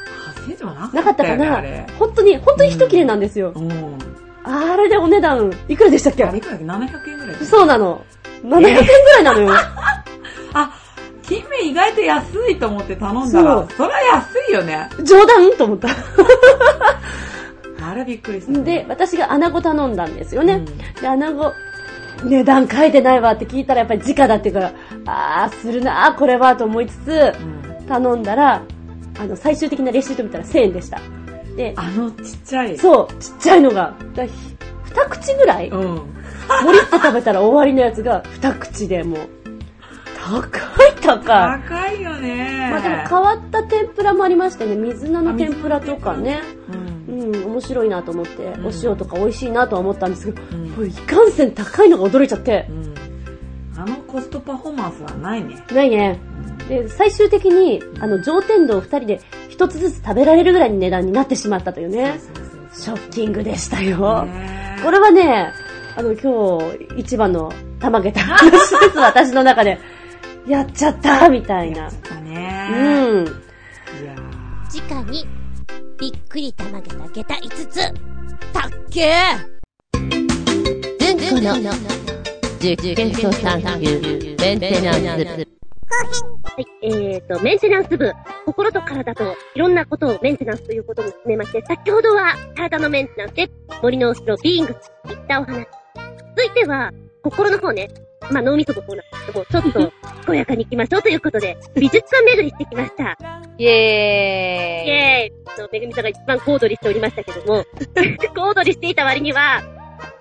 Speaker 3: 8センチもな
Speaker 5: な
Speaker 3: か
Speaker 5: か
Speaker 3: っ
Speaker 5: っ
Speaker 3: た
Speaker 5: たか
Speaker 3: よね、
Speaker 5: な
Speaker 3: あれ。
Speaker 5: 本当に、本当に一切れなんですよ。
Speaker 3: うん。
Speaker 5: あれでお値段、いくらでしたっ
Speaker 3: あれ
Speaker 5: け
Speaker 3: いくらだっけ ?700 円ぐらい。
Speaker 5: そうなの。700円ぐらいなのよ。
Speaker 3: あ、金目意外と安いと思って頼んだら、そりゃ安いよね。
Speaker 5: 冗談と思った。
Speaker 3: あれびっくりした、
Speaker 5: で、、私が穴子頼んだんですよね。
Speaker 3: うん
Speaker 5: で、穴子、値段書いてないわって聞いたらやっぱり直だっていうから、あー、するなー、これはと思いつつ
Speaker 3: う、ん
Speaker 5: 頼んだら、あの、最終的なレシート見たら1000円でした。で、
Speaker 3: あのちっちゃい。
Speaker 5: そう、ちっちゃいのが、だひ二口ぐらいも
Speaker 3: うん。
Speaker 5: りっと食べたら終わりのやつが、二口でもう、高い高い。
Speaker 3: 高いよね。
Speaker 5: まあでも変わった天ぷらもありましたね。水菜の天ぷらとかね。
Speaker 3: うん
Speaker 5: うん、面白いなと思って、
Speaker 3: ん
Speaker 5: お塩とか美味しいなとは思ったんですけど、
Speaker 3: うん
Speaker 5: これいかんせん高いのが驚いちゃって
Speaker 3: う。ん。あのコストパフォーマンスはないね。
Speaker 5: ないね。で、最終的に、あの、上天堂二人で一つずつ食べられるぐらいの値段になってしまったというね。
Speaker 3: そうそう
Speaker 5: ショッキングでした
Speaker 3: そう
Speaker 5: よ。 [LAUGHS]
Speaker 3: ね
Speaker 5: これはね、あの、今日、一番のたまげた話です、私の中で。やっちゃったみたいな。
Speaker 3: だ
Speaker 5: う
Speaker 3: ね。い
Speaker 5: ん。
Speaker 3: や
Speaker 6: 直に、びっくりたまげた下駄5つ。たっけ
Speaker 1: ずんこの
Speaker 6: ー
Speaker 1: 実験と探求メンテナンス部。
Speaker 2: はい、えーと、メンテナンス部。心と体といろんなことをメンテナンスということも含めまして、先ほどは体のメンテナンスで森の後ろビーイングスといったお話。続いては、心の方ね。まあ、脳みその方なんですけども、ちょっと、健やかに行きましょうということで、美術館巡りしてきました。
Speaker 4: イ
Speaker 2: イ
Speaker 4: エーイ。
Speaker 2: エーイあの、めぐみさんが一番小躍りしておりましたけども、 [LAUGHS] 小躍りしていた割には、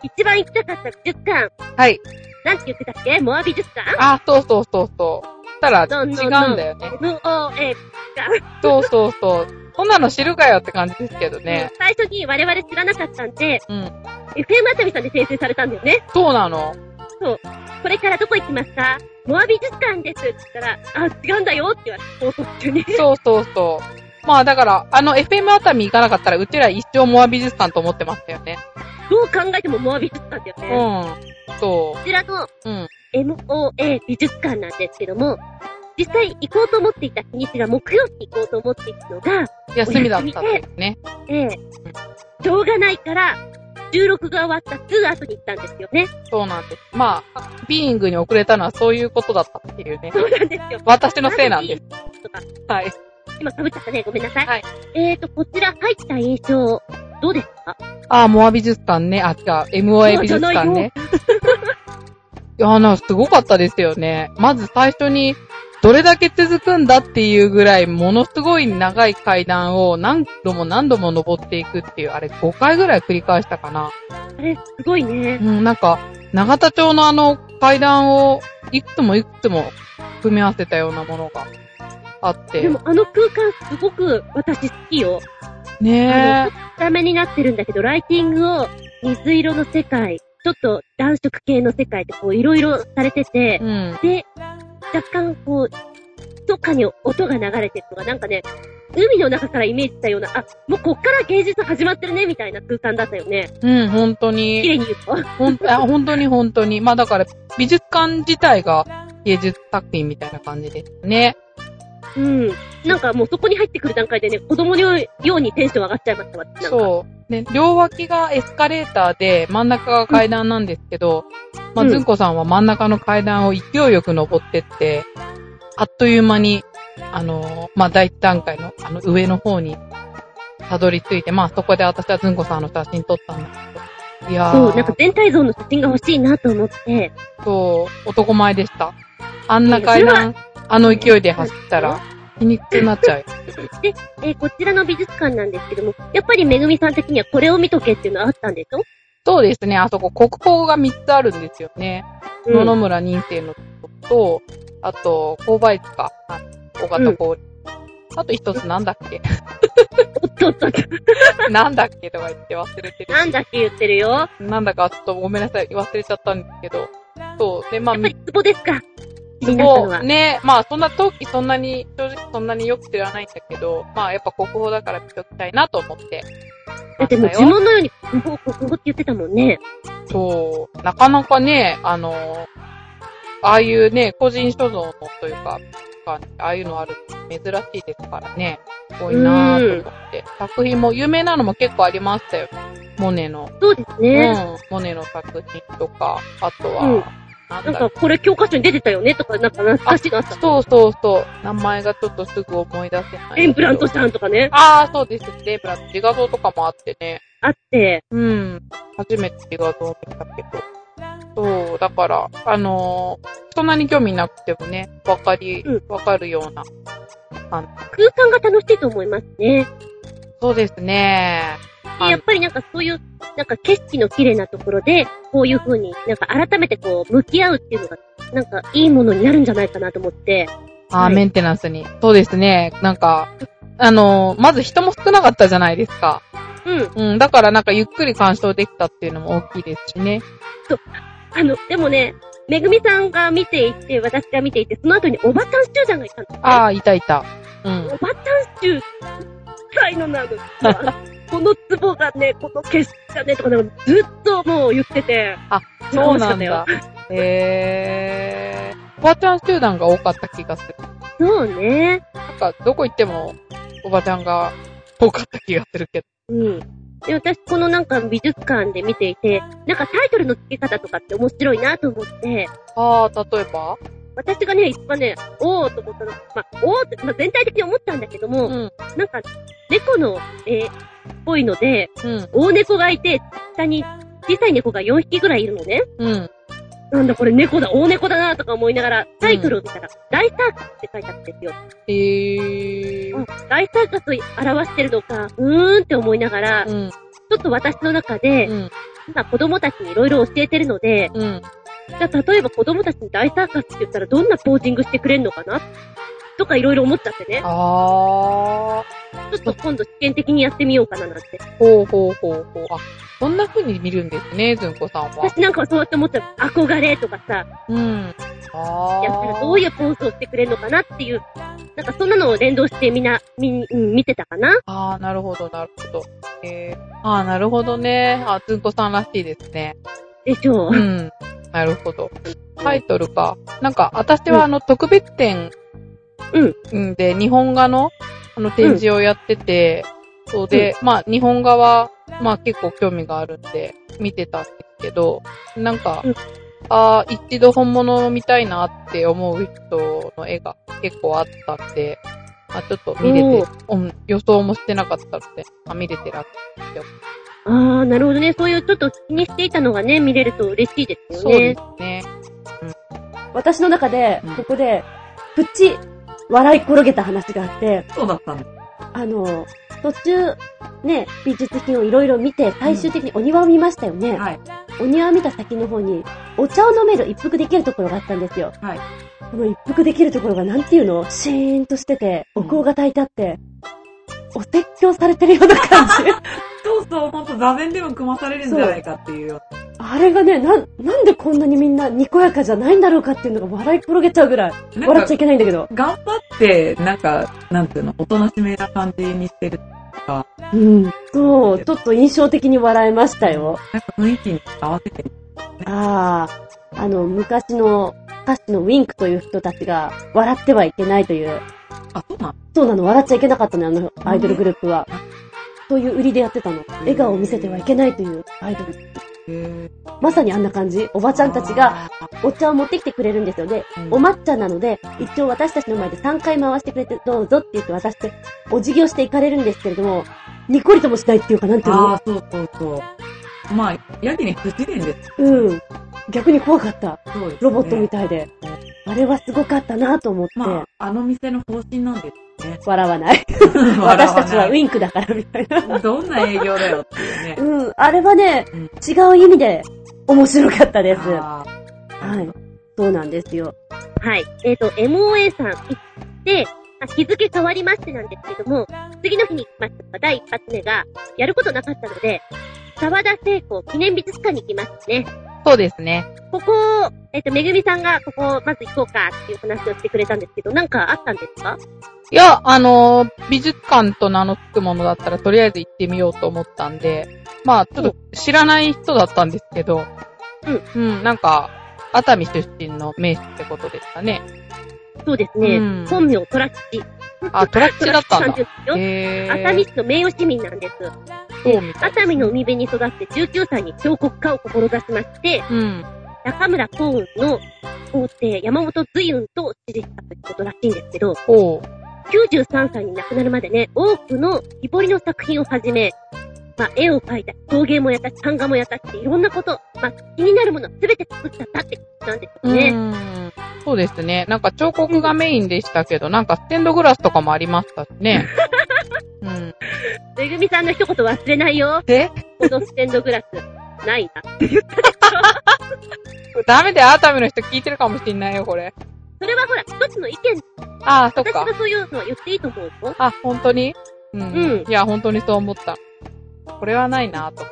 Speaker 2: 一番行きたかった美術館、
Speaker 4: はい。
Speaker 2: なんて言ってたっけモア美術館
Speaker 4: あ、そうそうそうそう。したら、
Speaker 2: ど
Speaker 4: 違
Speaker 2: んどん
Speaker 4: うんだよね。
Speaker 2: ?MOA
Speaker 4: そうそうそう。こんなの知るかよって感じですけどね。
Speaker 2: 最初に我々知らなかったんで、
Speaker 4: うん
Speaker 2: FM 熱海さんで生成されたんだよね。
Speaker 4: そうなの。
Speaker 2: これからどこ行きますかモア美術館ですって言ったら、あ、違うんだよって言われて、放送中
Speaker 4: [LAUGHS]
Speaker 2: に。
Speaker 4: そうそうそう。まあだから、あの FM 熱海行かなかったら、うちら一生モア美術館と思ってましたよね。
Speaker 2: どう考えてもモア美術館だよ
Speaker 4: う
Speaker 2: ね。
Speaker 4: ん。そ
Speaker 2: こちらの
Speaker 4: う。うん。
Speaker 2: MOA 美術館なんですけども、実際行こうと思っていた日にちが木曜日に行こうと思っていたのが、
Speaker 4: 休みだったんですね。
Speaker 2: ええしょうがないから、収録が終わったすぐ後に行ったんですよね。
Speaker 4: そうなんです。まあ、ビーイングに遅れたのはそういうことだったっていうね。
Speaker 2: そうなんですよ。
Speaker 4: 私のせいなんです。
Speaker 2: とか
Speaker 4: はい。
Speaker 2: 今被っちゃったね。ごめんなさい。
Speaker 4: はい
Speaker 2: えーと、こちら入った印象、どうですか
Speaker 4: ああ、モア美術館ね。あ、違う。MOA 美術館
Speaker 2: [LAUGHS]
Speaker 4: ね。いやー、なんかすごかったですよね。まず最初に、どれだけ続くんだっていうぐらい、ものすごい長い階段を何度も何度も登っていくっていう、あれ5回ぐらい繰り返したかな。
Speaker 2: あれ、すごいね。
Speaker 4: うん、なんか、長田町のあの階段をいくつもいくつも組み合わせたようなものがあって。
Speaker 2: でも、あの空間、すごく私好きよ。
Speaker 4: ねえ。
Speaker 2: ダメになってるんだけど、ライティングを水色の世界、ちょっと暖色系の世界でこう、いろいろされてて、
Speaker 4: うん。
Speaker 2: で、若干こう、どっかに音が流れてるのが、なんかね、海の中からイメージしたような、あ、もうこっから芸術始まってるね、みたいな空間だったよね。
Speaker 4: うん、本当
Speaker 2: 綺
Speaker 4: に。
Speaker 2: 麗に言うと。
Speaker 4: ほん [LAUGHS] あ本当に本当に。まあだから、美術館自体が芸術作品みたいな感じですね。
Speaker 2: うん。なんかもうそこに入ってくる段階でね、子供のようにテンション上がっちゃいました、私なんか。
Speaker 4: そう。ね、両脇がエスカレーターで、真ん中が階段なんですけど、まあ、
Speaker 2: うん
Speaker 4: ずんこさんは真ん中の階段を勢いよく登ってって、あっという間に、あのーまあ、第一段階の、あの、上の方に、たどり着いて、まあ、そこで私はずんこさんの写真撮ったんだけど、いや
Speaker 2: そう
Speaker 4: ー、
Speaker 2: なんか全体像の写真が欲しいなと思って。
Speaker 4: そう、男前でした。あんな階段、あの勢いで走ったら、皮肉になっち
Speaker 2: [LAUGHS]
Speaker 4: ゃうよ。
Speaker 2: で、えーこちらの美術館なんですけども、やっぱりめぐみさん的にはこれを見とけっていうのはあったんでしょ
Speaker 4: そうですね、あそこ国宝が3つあるんですよね。野々村認定のと、あと、購買か。あ小型氷。あと一つなんだっけ
Speaker 2: おっとっとっと、
Speaker 4: [LAUGHS] なんだっけとか言って忘れてる。
Speaker 2: なんだって言ってるよ。
Speaker 4: なんだかちょっとごめんなさい。忘れちゃったんですけど。そう。で、まあ、
Speaker 2: やっぱ
Speaker 4: み
Speaker 2: りツボですか気になったの
Speaker 4: も
Speaker 2: は。
Speaker 4: う、ね、まあ、そんな陶器そんなに、正直そんなによく知らないんだけど、まあ、やっぱ国宝だから見ときたいなと思って。
Speaker 2: だってもう
Speaker 4: ました
Speaker 2: 呪
Speaker 4: よ
Speaker 2: 文のように、国語、国語って言ってたもんね。
Speaker 4: そう、なかなかね、あのああいうね、個人所蔵のというか、ああいうのある珍しいですからね、多いなぁと思って。作品も、有名なのも結構ありましたよ。モネの。
Speaker 2: そうですね。
Speaker 4: うん。モネの作品とか、あとは、
Speaker 2: うん
Speaker 4: なん
Speaker 2: なん
Speaker 4: だろ
Speaker 2: か
Speaker 4: う。
Speaker 2: これ教科書に出てたよねとか、なんか懐かしいなさ。
Speaker 4: そうそうそう。名前がちょっとすぐ思い出せない。
Speaker 2: エンプラントさんとかね。
Speaker 4: ああ、そうです。エンプラント。自画像とかもあってね。
Speaker 2: あって。
Speaker 4: うん。初めて自画像を見たけど。そう、だから、あのーそんなに興味なくてもね、わかり
Speaker 2: うん、
Speaker 4: わかるような。
Speaker 2: 空間が楽しいと思いますね。
Speaker 4: そうですね。
Speaker 2: で、やっぱりなんかそういう、なんか景色の綺麗なところで、こういう風になんか改めてこう、向き合うっていうのが、なんかいいものになるんじゃないかなと思って、
Speaker 4: あー、
Speaker 2: はい
Speaker 4: メンテナンスに。そうですね。なんか、あのーまず人も少なかったじゃないですか。
Speaker 2: うん。
Speaker 4: うん、だからなんかゆっくり鑑賞できたっていうのも大きいですしね。
Speaker 2: あの、でもね、めぐみさんが見ていて、私が見ていて、その後におばちゃん集団がいたの。
Speaker 4: ああ、いたいた。う
Speaker 2: お
Speaker 4: ん。
Speaker 2: ばちゃん集いのな [LAUGHS] の。このツボがね、この景色がね、とかでもずっともう言ってて。
Speaker 4: あ、そうなんだ。。へえ。おばちゃん集団が多かった気がする。
Speaker 2: そうね。
Speaker 4: なんか、どこ行っても、おばちゃんが多かった気がするけど。
Speaker 2: うん。で、私、このなんか美術館で見ていて、なんかタイトルの付け方とかって面白いなと思って、
Speaker 4: ああ、例えば
Speaker 2: 私がね、一番ね、おーと思ったの。まあ、おーって、まあ、全体的に思ったんだけども、
Speaker 4: うん。
Speaker 2: なんか、猫の絵っぽいので、
Speaker 4: うん。
Speaker 2: 大猫がいて、下に小さい猫が4匹ぐらいいるのね。
Speaker 4: うん。
Speaker 2: なんだこれ猫だ、大猫だなとか思いながら、タイトルを見たら、大サーカスって書いてあったんですよ。
Speaker 4: へえ。
Speaker 2: うん大サーカスを表してるのか、うーんって思いながら、ち
Speaker 4: うん。
Speaker 2: ょっと私の中で
Speaker 4: う、ん。
Speaker 2: 今子供たちにいろいろ教えてるので、
Speaker 4: うん。
Speaker 2: じゃあ例えば子供たちに大サーカスって言ったらどんなポージングしてくれるのかなとかいろいろ思っちゃってね。
Speaker 4: ああ。
Speaker 2: ちょっと今度試験的にやってみようかななんて。
Speaker 4: ほうほうほうほう。あ、そんな風に見るんですね、ずんこさんは。
Speaker 2: 私なんかはそうやって思っちゃう。憧れとかさ、
Speaker 4: [LAUGHS] うん。ああ。
Speaker 2: やったらどういうポーズをしてくれるのかなっていう、なんかそんなのを連動してみんな、みん、うん見てたかな
Speaker 4: ああ、なるほど、なるほど。えー、ああ、なるほどね。あ、ずんこさんらしいですね。
Speaker 2: でしょう
Speaker 4: う。ん。なるほど。タイトルか。なんか、私はあの、特別展。
Speaker 2: うん
Speaker 4: うん。で、日本画の、あの、展示をやってて、そうで、まあ、日本画は、まあ、結構興味があるんで、見てたんですけど、なんか、
Speaker 2: うん
Speaker 4: ああ、一度本物を見たいなって思う人の絵が結構あったんで、まあ、ちょっと見れ
Speaker 2: お
Speaker 4: て、うん、予想もしてなかったので、あ、見れてらっ
Speaker 2: ああ、なるほどね。そういうちょっと気にしていたのがね、見れると嬉しいですよね。
Speaker 4: そうですね。
Speaker 5: 私の中で
Speaker 3: うん、
Speaker 5: ここで、プチ、笑い転げた話があって、
Speaker 3: そうだったんです。
Speaker 5: あの、途中、ね、美術品をいろいろ見て、最終的にお庭を見ましたよね。
Speaker 3: はい。
Speaker 5: お庭を見た先の方に、お茶を飲める一服できるところがあったんですよ。
Speaker 3: はい
Speaker 5: この一服できるところがなんていうのシーンとしてて、お香が炊いてあって、お説教されてるような感
Speaker 3: [LAUGHS]
Speaker 5: じ。
Speaker 3: そうそう、ほんと座禅でも組まされるんじゃないかっていうよ
Speaker 5: あれがね、なん、なんでこんなにみんなにこやかじゃないんだろうかっていうのが笑い転げちゃうぐらい。
Speaker 3: うな。な
Speaker 5: 笑っ
Speaker 3: ん
Speaker 5: ちゃ
Speaker 3: か
Speaker 5: い、けないんだけど。
Speaker 3: 頑張って、なんか、なんていうの、おとなしめな感じにしてる。
Speaker 5: うん。そう、ちょっと印象的に笑えましたよ。
Speaker 3: なんか雰囲気に合わせて。
Speaker 5: ああ、あの、昔の歌手のウィンクという人たちが、笑ってはいけないという、
Speaker 3: あ、そうなの
Speaker 5: そうなの、笑っちゃいけなかったのよ、あのアイドルグループは。そういう売りでやってたの。笑顔を見せてはいけないというアイドル。
Speaker 3: へ
Speaker 5: まさにあんな感じ。おばちゃんたちが、、お茶を持ってきてくれるんですよね。
Speaker 3: うん
Speaker 5: お抹茶なので、一応私たちの前で3回回してくれて、どうぞって言って渡して、お辞儀をしていかれるんですけれども、にっこりともしないっていうか、なんていう
Speaker 3: あ
Speaker 5: の
Speaker 3: あ、そうそうそう。まあ、やけに不自然です。
Speaker 5: うん。逆に怖かった。
Speaker 3: そうです、ね。
Speaker 5: ロボットみたいで。あれはすごかったなと思って、。
Speaker 3: まあ、あの店の方針なんですね
Speaker 5: 笑わない。 [LAUGHS] 私たちはウィンクだからみたいな。
Speaker 3: ン。どんな営業だよっていうね。
Speaker 5: [LAUGHS] うん。あれはね
Speaker 3: うん、
Speaker 5: 違う意味で面白かったです。は
Speaker 3: あー
Speaker 5: い。そうなんですよ。
Speaker 2: はい。えっ、と、MOA さん行って、あ日付変わりましてなんですけども、次の日に行きましたのが第一発目が、やることなかったので、沢田聖子記念美術館に行きましたね。
Speaker 4: そうですね。
Speaker 2: ここを、えっ、と、めぐみさんがここをまず行こうかっていう話をしてくれたんですけど、なんかあったんですか
Speaker 4: いや、あのー美術館と名の付くものだったら、とりあえず行ってみようと思ったんで、まあ、ちょっと知らない人だったんですけど、うん。うん、なんか、熱海出身の名士ってことでしたね。
Speaker 2: そうですね。
Speaker 4: うん
Speaker 2: 本名トラッチ。
Speaker 4: あ、トラッチだ
Speaker 2: [LAUGHS]
Speaker 4: ったんだ。
Speaker 2: トラッチさんですよ。
Speaker 4: へ
Speaker 2: 熱海市の名誉市民なんです。
Speaker 4: そうみたい。
Speaker 2: 熱海の海辺に育って19歳に彫刻家を志しまして、
Speaker 4: うん。
Speaker 2: 中村幸雲の皇帝山本随雲と支持したということらしいんですけど、
Speaker 4: ほう。
Speaker 2: 93歳に亡くなるまでね、多くの木彫りの作品をはじめ、まあ、絵を描いたり、陶芸もやったし、版画もやったし、いろんなこと、まあ、気になるもの全て作っちゃったってことなんですよ
Speaker 4: う
Speaker 2: ね。
Speaker 4: ん。そうですね。なんか彫刻 [LAUGHS] がメインでしたけど、なんかステンドグラスとかもありましたしね。うん。
Speaker 2: めぐみさんの一言忘れないよ。
Speaker 4: で、
Speaker 2: このステンドグラス。ないな。
Speaker 4: ダメだよ、熱海の人聞いてるかもしんないよ、これ。
Speaker 2: それはほら、一つの意見。
Speaker 4: ああ、そっ
Speaker 2: 私
Speaker 4: か
Speaker 2: が。そういうのは言っていいと思うよ。
Speaker 4: あ、本当にうん。
Speaker 2: うん
Speaker 4: いや、本当にそう思った。これはないなと。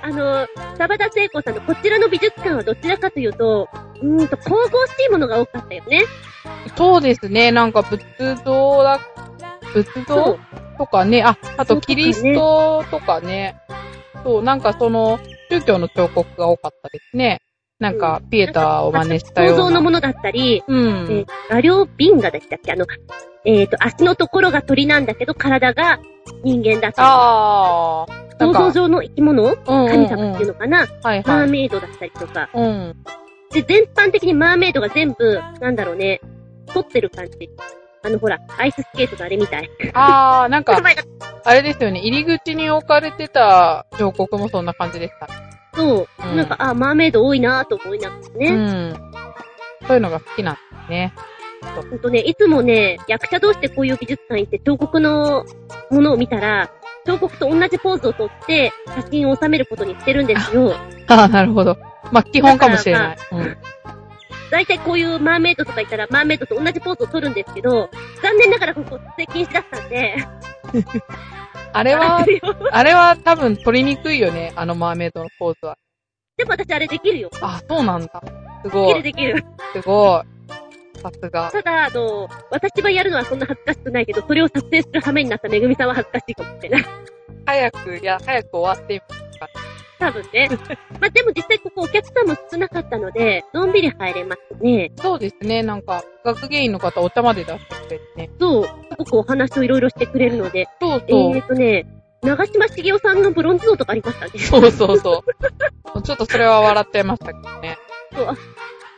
Speaker 2: あの、サバダ聖子さんのこちらの美術館はどちらかというと、うーんと、神々しいものが多かったよね。
Speaker 4: そうですね、なんか仏像だ、仏像
Speaker 2: う。
Speaker 4: とかね、あ、あ
Speaker 2: そうとかね
Speaker 4: とキリストとかね、そう、なんかその、宗教の彫刻が多かったですね。なんか、ピエタを真似した
Speaker 2: 構
Speaker 4: よ
Speaker 2: 造
Speaker 4: うな。
Speaker 2: のものだったり、
Speaker 4: う
Speaker 2: えー
Speaker 4: ん。
Speaker 2: 画量瓶河でしたっけあの、えっ、と、足のところが鳥なんだけど、体が人間だった
Speaker 4: ああ。
Speaker 2: り。想像
Speaker 4: 上、
Speaker 2: 上の生き物
Speaker 4: うんうんうん
Speaker 2: 神様っていうのかな、
Speaker 4: はい
Speaker 2: マ
Speaker 4: は
Speaker 2: ー
Speaker 4: い。
Speaker 2: メイドだったりとか。
Speaker 4: うん。
Speaker 2: で、全般的にマーメイドが全部、なんだろうね、撮ってる感じ。あの、ほら、アイススケートのあれみたい。
Speaker 4: ああ、なんか
Speaker 2: 名、前が
Speaker 4: あれですよね、入り口に置かれてた彫刻もそんな感じでしたね
Speaker 2: そう、
Speaker 4: うん
Speaker 2: なんか、あ、マーメイド多いなぁと思いながらね。
Speaker 4: うん。そういうのが好きなんですね。
Speaker 2: ほんとね、いつもね、役者同士でこういう美術館行って彫刻のものを見たら、彫刻と同じポーズをとって、写真を収めることにしてるんですよ。
Speaker 4: ああ、なるほど。まあ、基本かもしれない。うん。
Speaker 2: 大体こういうマーメイドとかいたら、マーメイドと同じポーズをとるんですけど、残念ながらここ、撮影禁止だったんで、、
Speaker 4: あれ
Speaker 2: [LAUGHS]
Speaker 4: は [LAUGHS]
Speaker 2: でも
Speaker 4: あれは多分取りにくいよね、あのマーメイドのポーズは。
Speaker 2: 私あれできるよ。
Speaker 4: あ、そうなんだ。す
Speaker 2: でき
Speaker 4: ご
Speaker 2: る
Speaker 4: い。
Speaker 2: できる。
Speaker 4: すごい。さすが。
Speaker 2: ただ、あの、私はやるのはそんな恥ずかしくないけど、それを撮影する羽目になっためぐみさんは恥ずかしいかもしれない。
Speaker 4: 早く、いや、早く終わって、
Speaker 2: 多分ね。まあ、でも実際ここお客さんも少なかったので、のんびり入れますね。
Speaker 4: そうですね、なんか、学芸員の方お茶まで出してくれてね。
Speaker 2: そう、すごくお話をいろいろしてくれるので、
Speaker 4: そう
Speaker 2: え
Speaker 4: そう。
Speaker 2: ーとね、長島茂雄さんのブロンズ像とかありましたね。
Speaker 4: そうそうそう。 [LAUGHS] ちょっとそれは笑っちゃいましたけどね。
Speaker 2: [LAUGHS]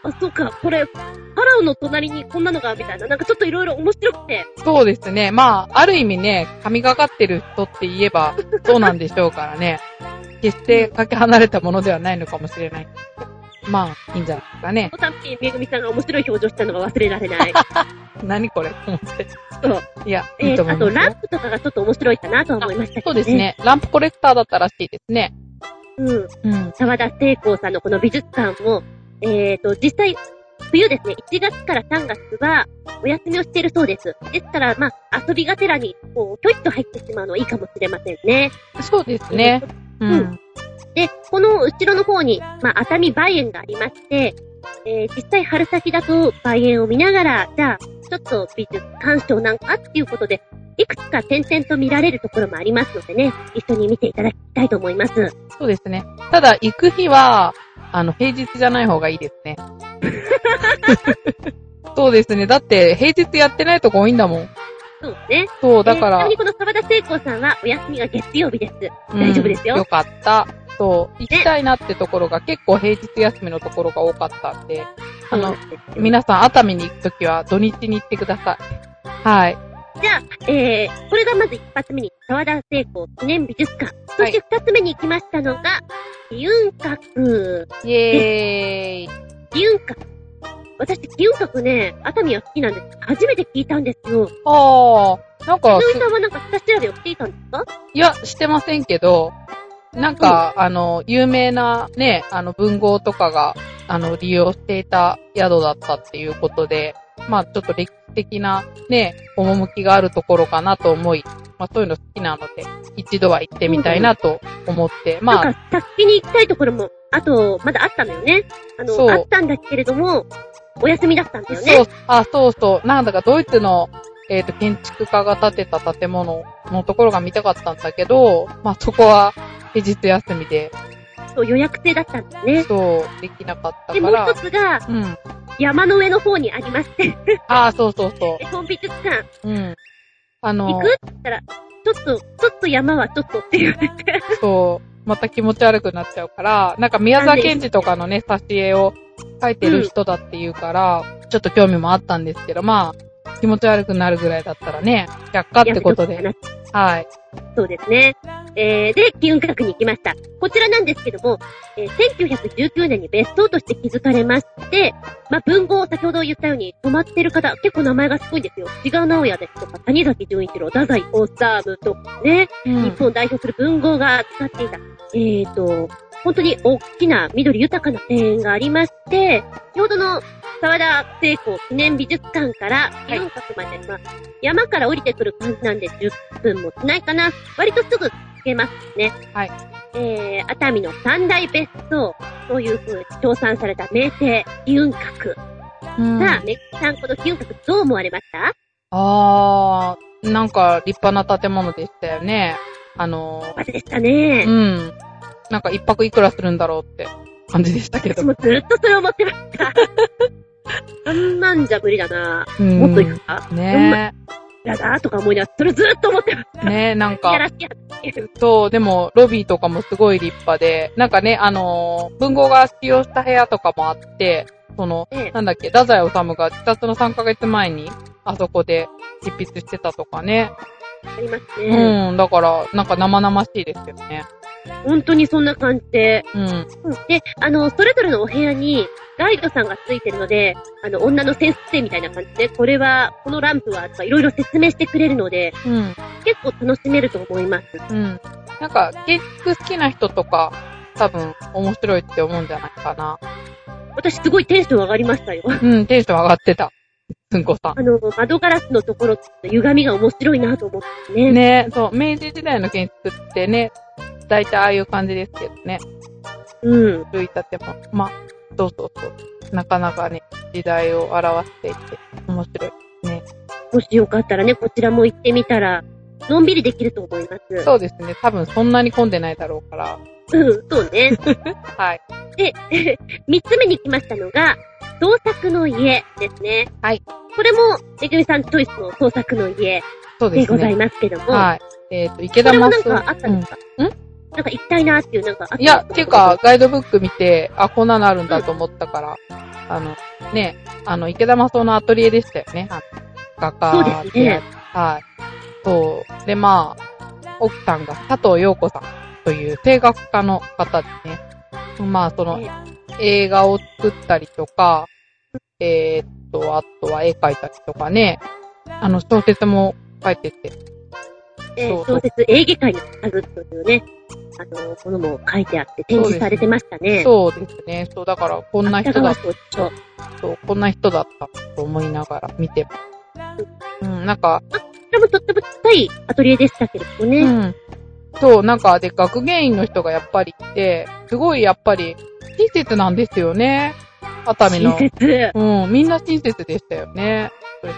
Speaker 2: あ、そうか、これ、ファラオの隣にこんなのが、みたいな。なんかちょっといろいろ面白くて。
Speaker 4: そうですね。まあ、ある意味ね、神がかってる人って言えば、そうなんでしょうからね。
Speaker 2: [LAUGHS]
Speaker 4: 決してかけ離れたものではないのかもしれない。まあ、いいんじゃないですかね。
Speaker 2: おたんぴめぐみさんが面白い表情したのが忘れられない。
Speaker 4: 何これと思って。
Speaker 2: そう。
Speaker 4: いや、い
Speaker 2: え
Speaker 4: [LAUGHS] いと思
Speaker 2: ー、あ
Speaker 4: いますよ
Speaker 2: と、ランプとかがちょっと面白いかなとは思いましたけ
Speaker 4: そ
Speaker 2: ど、
Speaker 4: うです。ね。ランプコレクターだったらしいですね。
Speaker 2: うん。
Speaker 4: うん。
Speaker 2: 沢田聖光さんのこの美術館も、えーと、実際、冬ですね、1月から3月はお休みをしているそうです。ですから、まあ、遊びがてらに、こう、ひょいっと入ってしまうのはいいかもしれませんね。
Speaker 4: そうですね。うんん。
Speaker 2: で、この後ろの方に、まあ、熱海梅園がありまして、えー、実際春先だと梅園を見ながら、じゃあ、ちょっと美術鑑賞なんかっていうことで、いくつか点々と見られるところもありますのでね、一緒に見ていただきたいと思います。
Speaker 4: そうですね。ただ、行く日は、あの、平日じゃない方がいいです
Speaker 2: [LAUGHS]
Speaker 4: ね。そうですね。だって、平日やってないとこ多いんだもん。
Speaker 2: そうね。
Speaker 4: そう、だ
Speaker 2: えー
Speaker 4: か
Speaker 2: ちな
Speaker 4: ら
Speaker 2: みに。この沢田聖子さんはお休みが月曜日です。
Speaker 4: うん
Speaker 2: 大丈夫ですよ
Speaker 4: よかった。そう。行きたいなってところが結構平日休みのところが多かったんで、あの、皆さん熱海に行くときは土日に行ってください。はい。
Speaker 2: じゃあ、えー、これがまず一発目に、沢田聖子記念美術館。そして二つ目に行きましたのが、ユンカク。
Speaker 4: イエーイ。
Speaker 2: ユンカク。私、ユンカクね、熱海は好きなんです。初めて聞いたんですよ。
Speaker 4: あー、なんか
Speaker 2: 井上
Speaker 4: す、
Speaker 2: さんはなんか下調べをしていたんですか
Speaker 4: いや、してませんけど、なんか、あの、有名なね、あの、文豪とかが、あの、利用していた宿だったっていうことで、まあ、ちょっと歴史的なね、趣があるところかなと思い、まあ、そういうの好きなので、一度は行ってみたいなと思って、ま
Speaker 2: な
Speaker 4: あ
Speaker 2: ん、か、先に行きたいところも、あと、まだあったのよね。あ
Speaker 4: そう
Speaker 2: の、あったんだけれども、お休みだったんだよ
Speaker 4: そ
Speaker 2: ね
Speaker 4: う。、あ、そうそう、なんだかドイツの、えっ、と、建築家が建てた建物のところが見たかったんだけど、まあ、そこは、平日休みで、
Speaker 2: そう、予約制だったんだよね。
Speaker 4: そう、できなかった
Speaker 2: で、
Speaker 4: か
Speaker 2: もう
Speaker 4: ら
Speaker 2: 一、つが、
Speaker 4: うん。
Speaker 2: 山の上の方にありまして、
Speaker 4: ああ、そうそうそ
Speaker 2: 絵本美術館、
Speaker 4: う。うん。あの、
Speaker 2: 行くって言ったら、ちょっと、ちょっと山はちょっとっていう。
Speaker 4: そう、また気持ち悪くなっちゃうから、なんか宮沢賢治とかのね、挿絵を描いてる人だっていうから、ちょっと興味もあったんですけど、まあ、気持ち悪くなるぐらいだったらね、却下ってこと
Speaker 2: やめ
Speaker 4: で、
Speaker 2: とくか
Speaker 4: はい。
Speaker 2: なそうですね。えー、で、機運閣に行きました。こちらなんですけども、えー、1919年に別荘として築かれまして、まあ、文豪、先ほど言ったように、泊まってる方、結構名前がすごいんですよ。志賀直哉ですとか、谷崎潤一郎、太宰治とかね、日本を代表する文豪が使っていた、えーと、本当に大きな緑豊かな庭園がありまして、先ほどの沢田聖子記念美術館から、
Speaker 4: い
Speaker 2: 四角まで、まあ、山から降りてくる感じなんで10分もしないかな。割とすぐ着けますね。
Speaker 4: はい。
Speaker 2: えー、熱海の三大別荘という風に称賛された名声、機雲閣。
Speaker 4: うん
Speaker 2: さあ、めっちゃんこの機雲閣どう思われました
Speaker 4: あー、なんか立派な建物でしたよね。あの
Speaker 2: バでしたね
Speaker 4: ー、う。ん。なんか一泊いくらするんだろうって感じでしたけど
Speaker 2: 私。もずっとそれ思ってました。3万じゃ無理だな。
Speaker 4: うん
Speaker 2: もっといくか、
Speaker 4: ね
Speaker 2: やだとか思いながら、それずっと思ってました。
Speaker 4: ねな
Speaker 2: い
Speaker 4: ん
Speaker 2: や、
Speaker 4: から
Speaker 2: しい話
Speaker 4: そう、でも、ロビーとかもすごい立派で、なんかね、あのー文豪が使用した部屋とかもあって、その、
Speaker 2: ええ
Speaker 4: なんだっけ、太宰治が自殺の3ヶ月前に、あそこで執筆してたとかね。
Speaker 2: あります
Speaker 4: う
Speaker 2: ね。
Speaker 4: ん、だから、なんか生々しいですよね。
Speaker 2: 本当にそんな感じで。
Speaker 4: うん。
Speaker 2: で、あの、それぞれのお部屋にガイドさんがついてるので、あの、女の先生みたいな感じで、これは、このランプは、とかいろいろ説明してくれるので、
Speaker 4: うん。
Speaker 2: 結構楽しめると思います。
Speaker 4: うん。なんか、建築好きな人とか、多分、面白いって思うんじゃないかな。
Speaker 2: 私すごいテンション上がりましたよ。
Speaker 4: うん、テンション上がってた。つんこさん。
Speaker 2: あの、窓ガラスのところ、歪みが面白いなと思ってね。
Speaker 4: ねそう、明治時代の建築ってね、大体ああいう感じですけどね、
Speaker 2: うん。
Speaker 4: 古い建物。まあ、そうそうそう。なかなかね、時代を表していて、面白い。
Speaker 2: もしよかったらね、こちらも行ってみたら、のんびりできると思います。
Speaker 4: そうですね、多分そんなに混んでないだろうから。
Speaker 2: うん、そう
Speaker 4: [LAUGHS]
Speaker 2: ね。
Speaker 4: はい。
Speaker 2: で、 [LAUGHS] 三つ目に来ましたのが、創作の家ですね。
Speaker 4: はい。
Speaker 2: これも、めぐみさんチョイスの創作の家
Speaker 4: そうで
Speaker 2: ですござ
Speaker 4: ね
Speaker 2: い。ますけども、
Speaker 4: はい。えっ、と、池
Speaker 2: こ
Speaker 4: 田
Speaker 2: れも
Speaker 4: マ
Speaker 2: な
Speaker 4: ス
Speaker 2: んかあったんですか、
Speaker 4: うん
Speaker 2: なんか行きたいなっていう、なんかあったん
Speaker 4: い
Speaker 2: です
Speaker 4: や、ていうか、、ガイドブック見て、あ、こんなのあるんだと思ったから、あの、ね、あの、池田正夫のアトリエでしたよね。あの画家
Speaker 2: そうですね
Speaker 4: はい。そう。で、まあ、奥さんが佐藤陽子さんという声楽家の方でね、まあ、その
Speaker 2: え、
Speaker 4: 映画を作ったりとか、えーっと、あとは絵描いたりとかね、あの、小説も書いてて、
Speaker 2: えー
Speaker 4: そうそう
Speaker 2: 小説、エーゲ海の家具というね、あの、ものも書いてあって展示されてましたね。う。
Speaker 4: そうですね。そう、だから、こんな人だ
Speaker 2: と。そう
Speaker 4: そう、こんな人だったと思いながら見てます。うん、なんか、
Speaker 2: これもとっても近いアトリエでしたけれどもね。
Speaker 4: うん。そう、なんか、で、学芸員の人がやっぱりいて、すごいやっぱり、親切なんですよね。熱海の
Speaker 2: 親。切。
Speaker 4: うん、みんな親切でしたよね。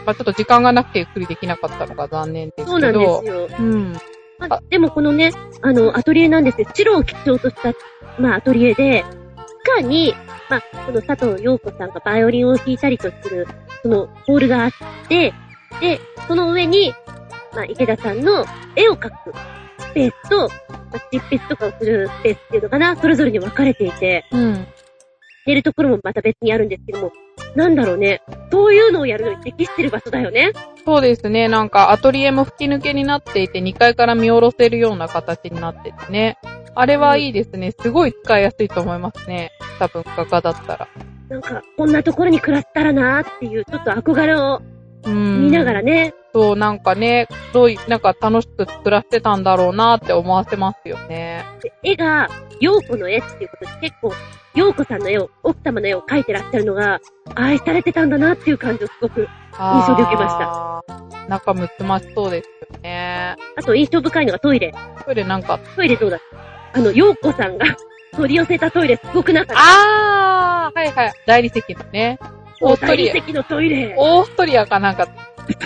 Speaker 4: まあ、ちょっと時間がなくてゆっくりできなかったのが残念ですけど。
Speaker 2: そうなんですよ。
Speaker 4: うん。
Speaker 2: まあでもこのね、あの、アトリエなんですよ。白を基調とした、まあ、アトリエで、地下に、まあ、この佐藤陽子さんがバイオリンを弾いたりとする、その、ホールがあって、で、その上に、まあ、池田さんの絵を描くスペースと、まあ、執筆とかをするスペースっていうのかな、それぞれに分かれていて、
Speaker 4: うん。
Speaker 2: 寝るところもまた別にあるんですけども、なんだろうね、そういうのをやるのに適してる場所だよね。
Speaker 4: そうですね。なんか、アトリエも吹き抜けになっていて、2階から見下ろせるような形になっててね。あれはいいですね。すごい使いやすいと思いますね。多分、画家だったら。
Speaker 2: なんか、こんなところに暮らせたらなーっていう、ちょっと憧れを
Speaker 4: うん。
Speaker 2: 見ながらね、
Speaker 4: そう、なんかね、すごい、なんか楽しく暮らしてたんだろうなって思わせますよね。
Speaker 2: 絵が、陽子の絵っていうことで結構、陽子さんの絵を、奥様の絵を描いてらっしゃるのが、愛されてたんだなっていう感じをすごく。印象で受けま
Speaker 4: した。なんかむつましそうですよね。
Speaker 2: あと印象深いのがトイレ。
Speaker 4: それでなんか、
Speaker 2: トイレどうだったあの、陽子さんが [LAUGHS] 取り寄せたトイレすごくなかった。
Speaker 4: あーはいはい。大理石のね。オースト
Speaker 2: 大理
Speaker 4: リア、
Speaker 2: 石のトイレ。で、
Speaker 4: オーストリアかなんか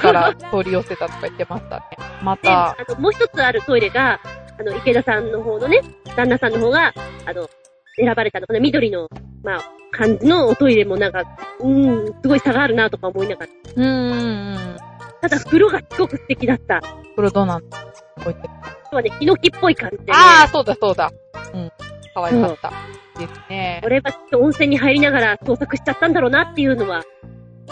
Speaker 4: から [LAUGHS] 取り寄せたとか言ってましたね。ま
Speaker 2: あ
Speaker 4: た、
Speaker 2: ともう一つあるトイレが、あの、池田さんの方のね、旦那さんの方が、あの、選ばれたのかな、緑の、まあ、感じのおトイレもなんか、うーん、すごい差があるなとか思いながら。
Speaker 4: うーん。
Speaker 2: ただ、風呂がすごく素敵だった。あ
Speaker 4: これどうなんだこうやって
Speaker 2: とはね、ヒノキっぽい感じで、ね。
Speaker 4: ああ、そうだそうだ。うん。かわいかった。ですね
Speaker 2: こ。れはきっと温泉に入りながら創作しちゃったんだろうなっていうのは、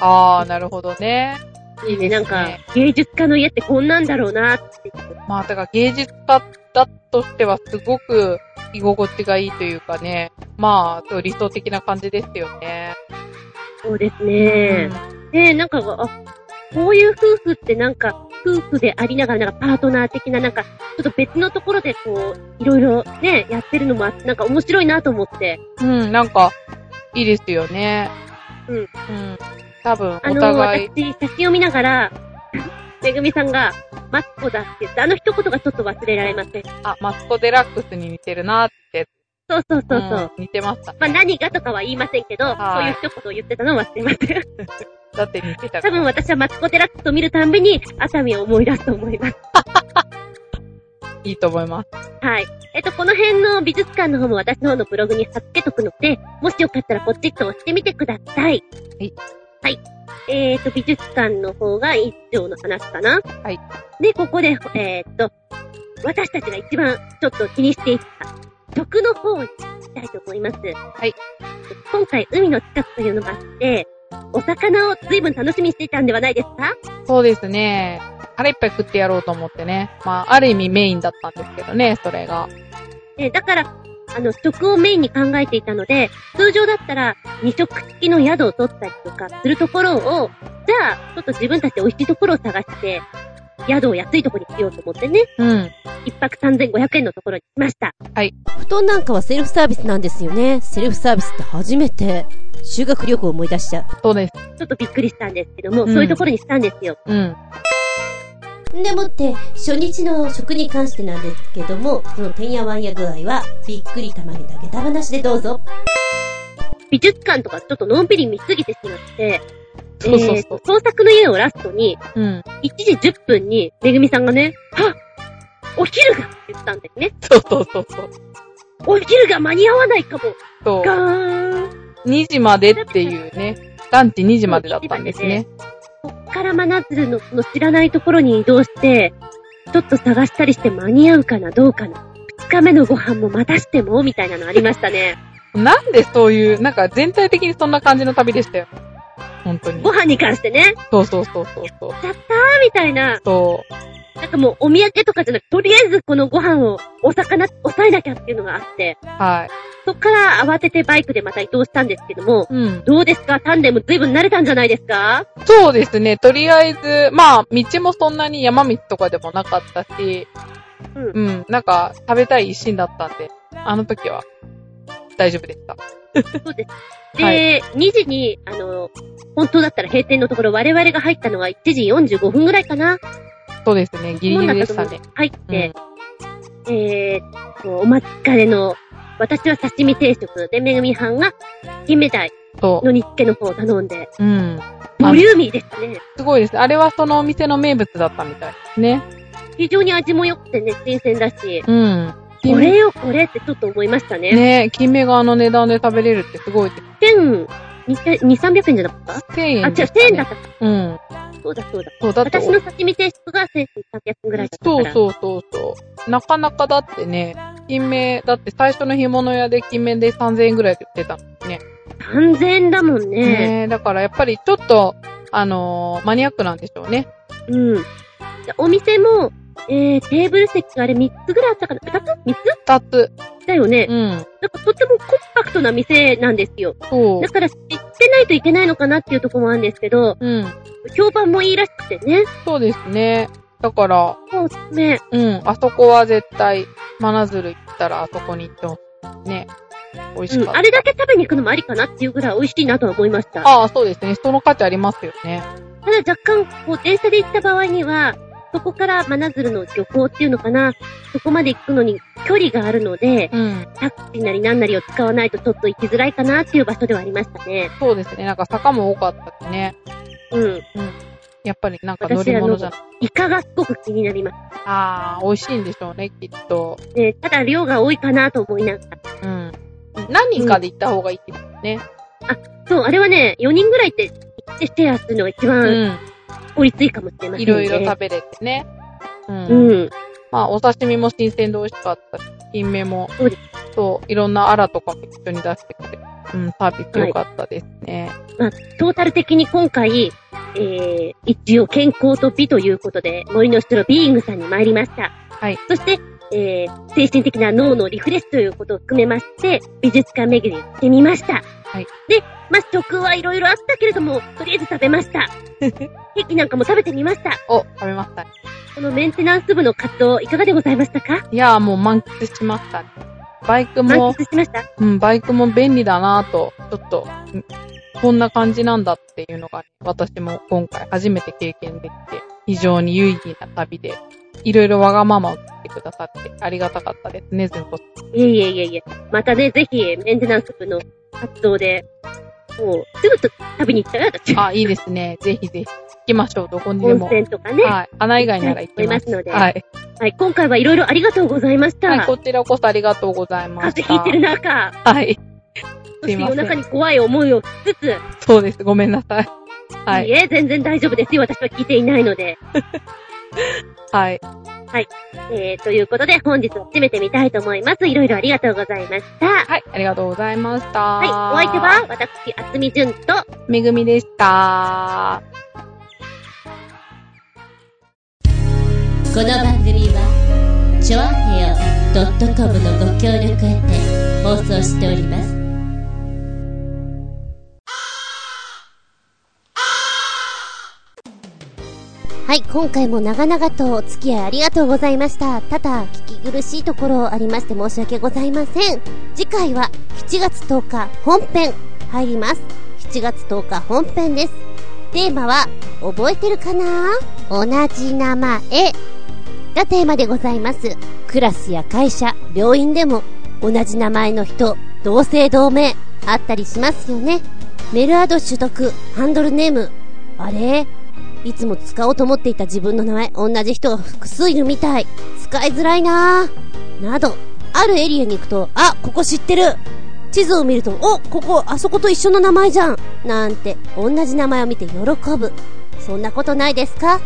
Speaker 4: ああ、なるほどね。いいですね。
Speaker 2: なんか、芸術家の家ってこんなんだろうなっていう。
Speaker 4: まあ、だから芸術家だとしてはすごく居心地がいいというかね、まあ、そう理想的な感じですよね。
Speaker 2: そうですね。で、なんか、あ、こういう夫婦ってなんか、夫婦でありながら、なんかパートナー的な、なんか、ちょっと別のところでこう、いろいろね、やってるのもあって、なんか面白いなと思って。
Speaker 4: うん、なんか、いいですよね。
Speaker 2: うん
Speaker 4: うん。多分、お
Speaker 2: あの、
Speaker 4: 互い、
Speaker 2: 私、写真を見ながら、 [LAUGHS] めぐみさんが、マツコだって言って、あの一言がちょっと忘れられません。
Speaker 4: あ、マツコデラックスに似てるなって、
Speaker 2: そうそうそうそう。
Speaker 4: ん似てましたね。
Speaker 2: まあ何がとかは言いませんけど、そう
Speaker 4: はい
Speaker 2: いう一言を言ってたのを忘れません。
Speaker 4: だって似てたか
Speaker 2: 多
Speaker 4: ら。
Speaker 2: 分私はマツコデラックスを見るたんびに、熱海を思い出すと思います。
Speaker 4: いいと思います。
Speaker 2: はい。えっと、この辺の美術館の方も私の方のブログに貼っつけとくので、もしよかったらポチッと押してみてください。
Speaker 4: はい。
Speaker 2: はい。えっ、と、美術館の方が一条の話かな。
Speaker 4: はい。。
Speaker 2: で、ここで、えっと、私たちが一番ちょっと気にしていた曲の方に行きたいと思います。はい今回、海の近くというのがあって、お魚を随分楽しみにしていたんではないですか
Speaker 4: そうですね。腹いっぱい食ってやろうと思ってね。まあ、ある意味メインだったんですけどね、それが。
Speaker 2: えーだから、あの、食をメインに考えていたので、通常だったら、二食付きの宿を取ったりとかするところを、じゃあ、ちょっと自分たちで美味しいところを探して、宿を安いところにしようと思ってね、
Speaker 4: うん。
Speaker 2: 一泊3500円のところにしました。
Speaker 1: 布団なんかはセルフサービスなんですよね。セルフサービスって初めて。修学旅行を思い出した。
Speaker 4: そうです。
Speaker 2: ちょっとびっくりしたんですけども、
Speaker 4: うん
Speaker 2: そういうところにしたんですよ。
Speaker 4: うん。
Speaker 1: でもって、初日の食に関してなんですけども、そのてんやわんや具合は、びっくりたまげたげた話でどうぞ。
Speaker 2: 美術館とかちょっとのんびり見すぎてしまって、
Speaker 4: そうそう
Speaker 2: え
Speaker 4: そう
Speaker 2: ー。創作の家をラストに、
Speaker 4: うん。
Speaker 2: 1時10分に、めぐみさんがね、はっお昼がって言ったんですね。
Speaker 4: そうそうそうそう。
Speaker 2: お昼が間に合わないかも。
Speaker 4: そ
Speaker 2: ガ
Speaker 4: う。
Speaker 2: ーン。
Speaker 4: 2時までっていうね。ランチ2時までだったんですね。
Speaker 2: こっから真鶴のその知らないところに移動して、ちょっと探したりして間に合うかな、どうかな。二日目のご飯もまたしても、みたいなのありましたね。
Speaker 4: なんでそういう、なんか全体的にそんな感じの旅でしたよ。本当に
Speaker 2: ご。飯に関してね、
Speaker 4: そうそうそうそうそう。
Speaker 2: やったーみたいな、
Speaker 4: そう。
Speaker 2: なんかもうお土産とかじゃなく、とりあえずこのご飯をお魚、抑えなきゃっていうのがあって、
Speaker 4: はい。
Speaker 2: そっから慌ててバイクでまた移動したんですけども、
Speaker 4: うん。
Speaker 2: どうですかタンデム随分慣れたんじゃないですか
Speaker 4: そうですね。とりあえず、まあ、道もそんなに山道とかでもなかったし、
Speaker 2: うん
Speaker 4: うん、なんか、食べたい一心だったんで、あの時は、大丈夫でした。
Speaker 2: そうです。で、
Speaker 4: は
Speaker 2: 2時に、あの、本当だったら閉店のところ、我々が入ったのは1時45分ぐらいかな
Speaker 4: そうですね。ギリギリでしたね。
Speaker 2: 入っ
Speaker 4: うん
Speaker 2: て、えーっと、お待ちかねの、私は刺身定食で、めぐみはんが、金目鯛
Speaker 4: そ
Speaker 2: の煮付けの方を頼んで、
Speaker 4: う。うん。
Speaker 2: ボリューミーでしたね。
Speaker 4: すごいですね。あれはそのお店の名物だったみたいですね。
Speaker 2: 非常に味も良くてね、新鮮だし、
Speaker 4: うん。
Speaker 2: これよこれってちょっと思いましたね。
Speaker 4: ね金目があの値段で食べれるってすごいです。
Speaker 2: 千、二千、二三百円じゃなかった
Speaker 4: 1000
Speaker 2: あ、
Speaker 4: 円
Speaker 2: 違う、千
Speaker 4: でしたね、
Speaker 2: 円だった。
Speaker 4: うん。
Speaker 2: そうだそうだ。
Speaker 4: そう、だって
Speaker 2: 私の刺身定食が千三百円ぐらいだった
Speaker 4: そ
Speaker 2: か
Speaker 4: う
Speaker 2: ら。う
Speaker 4: そうそうそう。なかなかだってね、金目、だって最初の干物屋で金目で3000円ぐらいで売ってたのね。
Speaker 2: そう。3000円だもんね。
Speaker 4: ねえ、だからやっぱりちょっと、あのーマニアックなんでしょうね。
Speaker 2: うん。でお店も、えー、テーブル席があれ3つぐらいあったかな ?2 つ ?3 つ
Speaker 4: 二つ。
Speaker 2: だよね。
Speaker 4: うん。
Speaker 2: なんかとてもコンパクトな店なんですよ。
Speaker 4: そう
Speaker 2: だ。から知ってないといけないのかなっていうところもあるんですけど、
Speaker 4: うん。
Speaker 2: 評判もいいらしくてね。
Speaker 4: そうですね。だから、
Speaker 2: もうおすすめ。
Speaker 4: うん。あそこは絶対、真鶴行ったらあそこに行ってほしい。ね。美味しか
Speaker 2: う
Speaker 4: っ
Speaker 2: ん。
Speaker 4: た。
Speaker 2: あれだけ食べに行くのもありかなっていうぐらい美味しいなとは思いました。ただ
Speaker 4: ああ、そうですね。人の価値ありますよね。
Speaker 2: 若干、こう、電車で行った場合には、そこから真鶴の漁港っていうのかな、そこまで行くのに距離があるので、
Speaker 4: うん。
Speaker 2: タクシーなりなんなりを使わないとちょっと行きづらいかなっていう場所ではありましたね。
Speaker 4: そうですね。なんか坂も多かったしね。
Speaker 2: うん。
Speaker 4: やっぱりなんか乗り物じゃない。
Speaker 2: イカがすごく気になりま
Speaker 4: ああ、美味しいんでしょうね、きっと。
Speaker 2: すね。ただ量が多いかなと思いながら。
Speaker 4: うん。何人かで行った方がいいってことね。
Speaker 2: そう、あれはね、4人ぐらいって行ってシェアするのが一
Speaker 4: う
Speaker 2: 番
Speaker 4: ん。
Speaker 2: 追いついかもしれませんね。
Speaker 4: いろいろ食べれてね。うん
Speaker 2: うん。
Speaker 4: まあ、お刺身も新鮮で美味しかったし、金目も
Speaker 2: そうで、
Speaker 4: そう、いろんなアラとかも一緒に出してくれる。うん、サービス良かったですね。
Speaker 2: トータル的に今回、えー、一応健康と美ということで、森の城ビーイングさんに参りました。
Speaker 4: はい。
Speaker 2: そして、えー、精神的な脳のリフレッシュということを含めまして、美術館巡りをしてみました。
Speaker 4: はい。
Speaker 2: で、まあ、食はいろいろあったけれども、とりあえず食べま
Speaker 4: [LAUGHS]
Speaker 2: した。ケーキなんかも食べてみました。
Speaker 4: お、食べましたね。
Speaker 2: このメンテナンス部の活動、いかがでございましたか
Speaker 4: いやーもう満喫しましたね。バイク
Speaker 2: 満
Speaker 4: も、
Speaker 2: 喫しました
Speaker 4: うん、バイクも便利だなぁと、ちょっと、うんこんな感じなんだっていうのが、私も今回初めて経験できて、非常に有意義な旅で、いろいろわがままを言ってくださって、ありがたかったですね、
Speaker 2: [LAUGHS]
Speaker 4: ずんこさん。
Speaker 2: いえいえいえいえ。またね、ぜひ、メンテナンス部の活動で、もう、すぐと旅に行ったら、私、
Speaker 4: あ、いいですね。ぜひぜひ。行きましょう、どこにで
Speaker 2: 温
Speaker 4: も。
Speaker 2: 泉とかね。は
Speaker 4: はい。穴以外なら行
Speaker 2: 行
Speaker 4: きます。
Speaker 2: きますので
Speaker 4: はい。
Speaker 2: い、今回はいろいろありがとうございました。
Speaker 4: はい、こちらこそありがとうございまし
Speaker 2: 風
Speaker 4: た。
Speaker 2: 邪ひいてる中、
Speaker 4: はい。
Speaker 2: そ
Speaker 4: す
Speaker 2: し
Speaker 4: い
Speaker 2: て
Speaker 4: ませ
Speaker 2: 夜
Speaker 4: ん
Speaker 2: 中に怖い思いをしつつ、、
Speaker 4: そうです。ごめんなさい。はい
Speaker 2: い
Speaker 4: い。
Speaker 2: え、全然大丈夫ですよ。私は聞いていないので。
Speaker 4: はい。
Speaker 2: えー、ということで、本日を締めてみたいと思います。いろいろありがとうございました。はい、
Speaker 4: はい。ありがとうございました。はい
Speaker 2: お相手は、私、あつみじゅんと、
Speaker 4: めぐみでした。
Speaker 1: この番組はチョアヘオドットコムのご協力へて放送しております
Speaker 6: はい、今回も長々とお付き合いありがとうございました。ただ、聞き苦しいところありまして申し訳ございません。次回は7月10日本編入ります。7月10日本編です。テーマは、覚えてるかな同じ名前がテーマでございます。クラスや会社、病院でも同じ名前の人、同姓同名あったりしますよね。メールアド取得、ハンドルネーム、あれいつも使おうと思っていた自分の名前、同じ人が複数いるみたい。使いづらいなぁ。など、あるエリアに行くと、あ、ここ知ってる。地図を見ると、お、ここ、あそこと一緒の名前じゃん。なんて、同じ名前を見て喜ぶ。そんなことないですか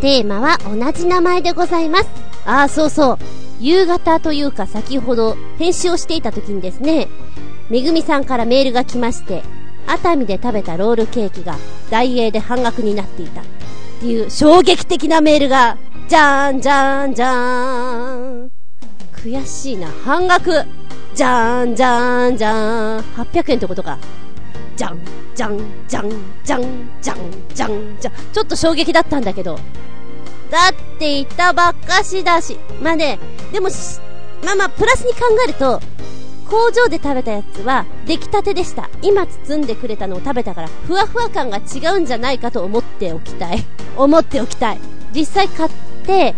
Speaker 6: テーマは同じ名前でございます。ああ、そうそう。夕方というか先ほど、編集をしていた時にですね、めぐみさんからメールが来まして、熱海で食べたロールケーキが大英で半額になっていたっていう衝撃的なメールが、じゃーんじゃーんじゃーん。悔しいな、半額。じゃーんじゃーんじゃーん。800円ってことか。じゃん、じゃん、じゃん、じゃん、じゃん、じゃん、じゃん。ちょっと衝撃だったんだけど。だっていたばっかしだし。まあね、でもし、まあまあ、プラスに考えると、工場で食べたやつは出来たてでした今包んでくれたのを食べたからふわふわ感が違うんじゃないかと思っておきたい [LAUGHS] 思っておきたい実際買って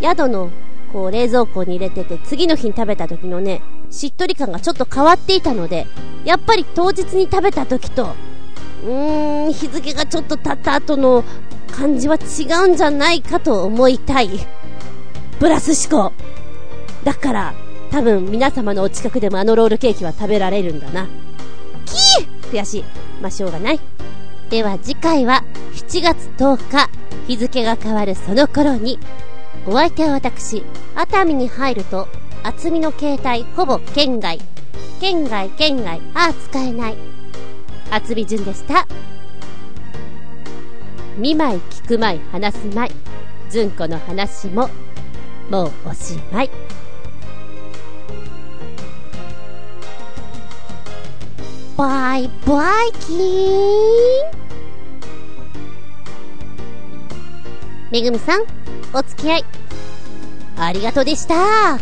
Speaker 6: 宿のこう冷蔵庫に入れてて次の日に食べた時のねしっとり感がちょっと変わっていたのでやっぱり当日に食べた時とうーん日付がちょっと経った後の感じは違うんじゃないかと思いたいプラス思考だから多分皆様のお近くでもあのロールケーキは食べられるんだな。キー悔しい。まあ、しょうがない。では次回は7月10日、日付が変わるその頃に、お相手は私、熱海に入ると、厚みの携帯ほぼ県外。県外、県外、ああ、使えない。厚み順でした。見舞い、聞く舞い、話す舞い。ずんこの話も、もうおしまい。バイバイキーンめぐみさん、お付き合い、ありがとうでした。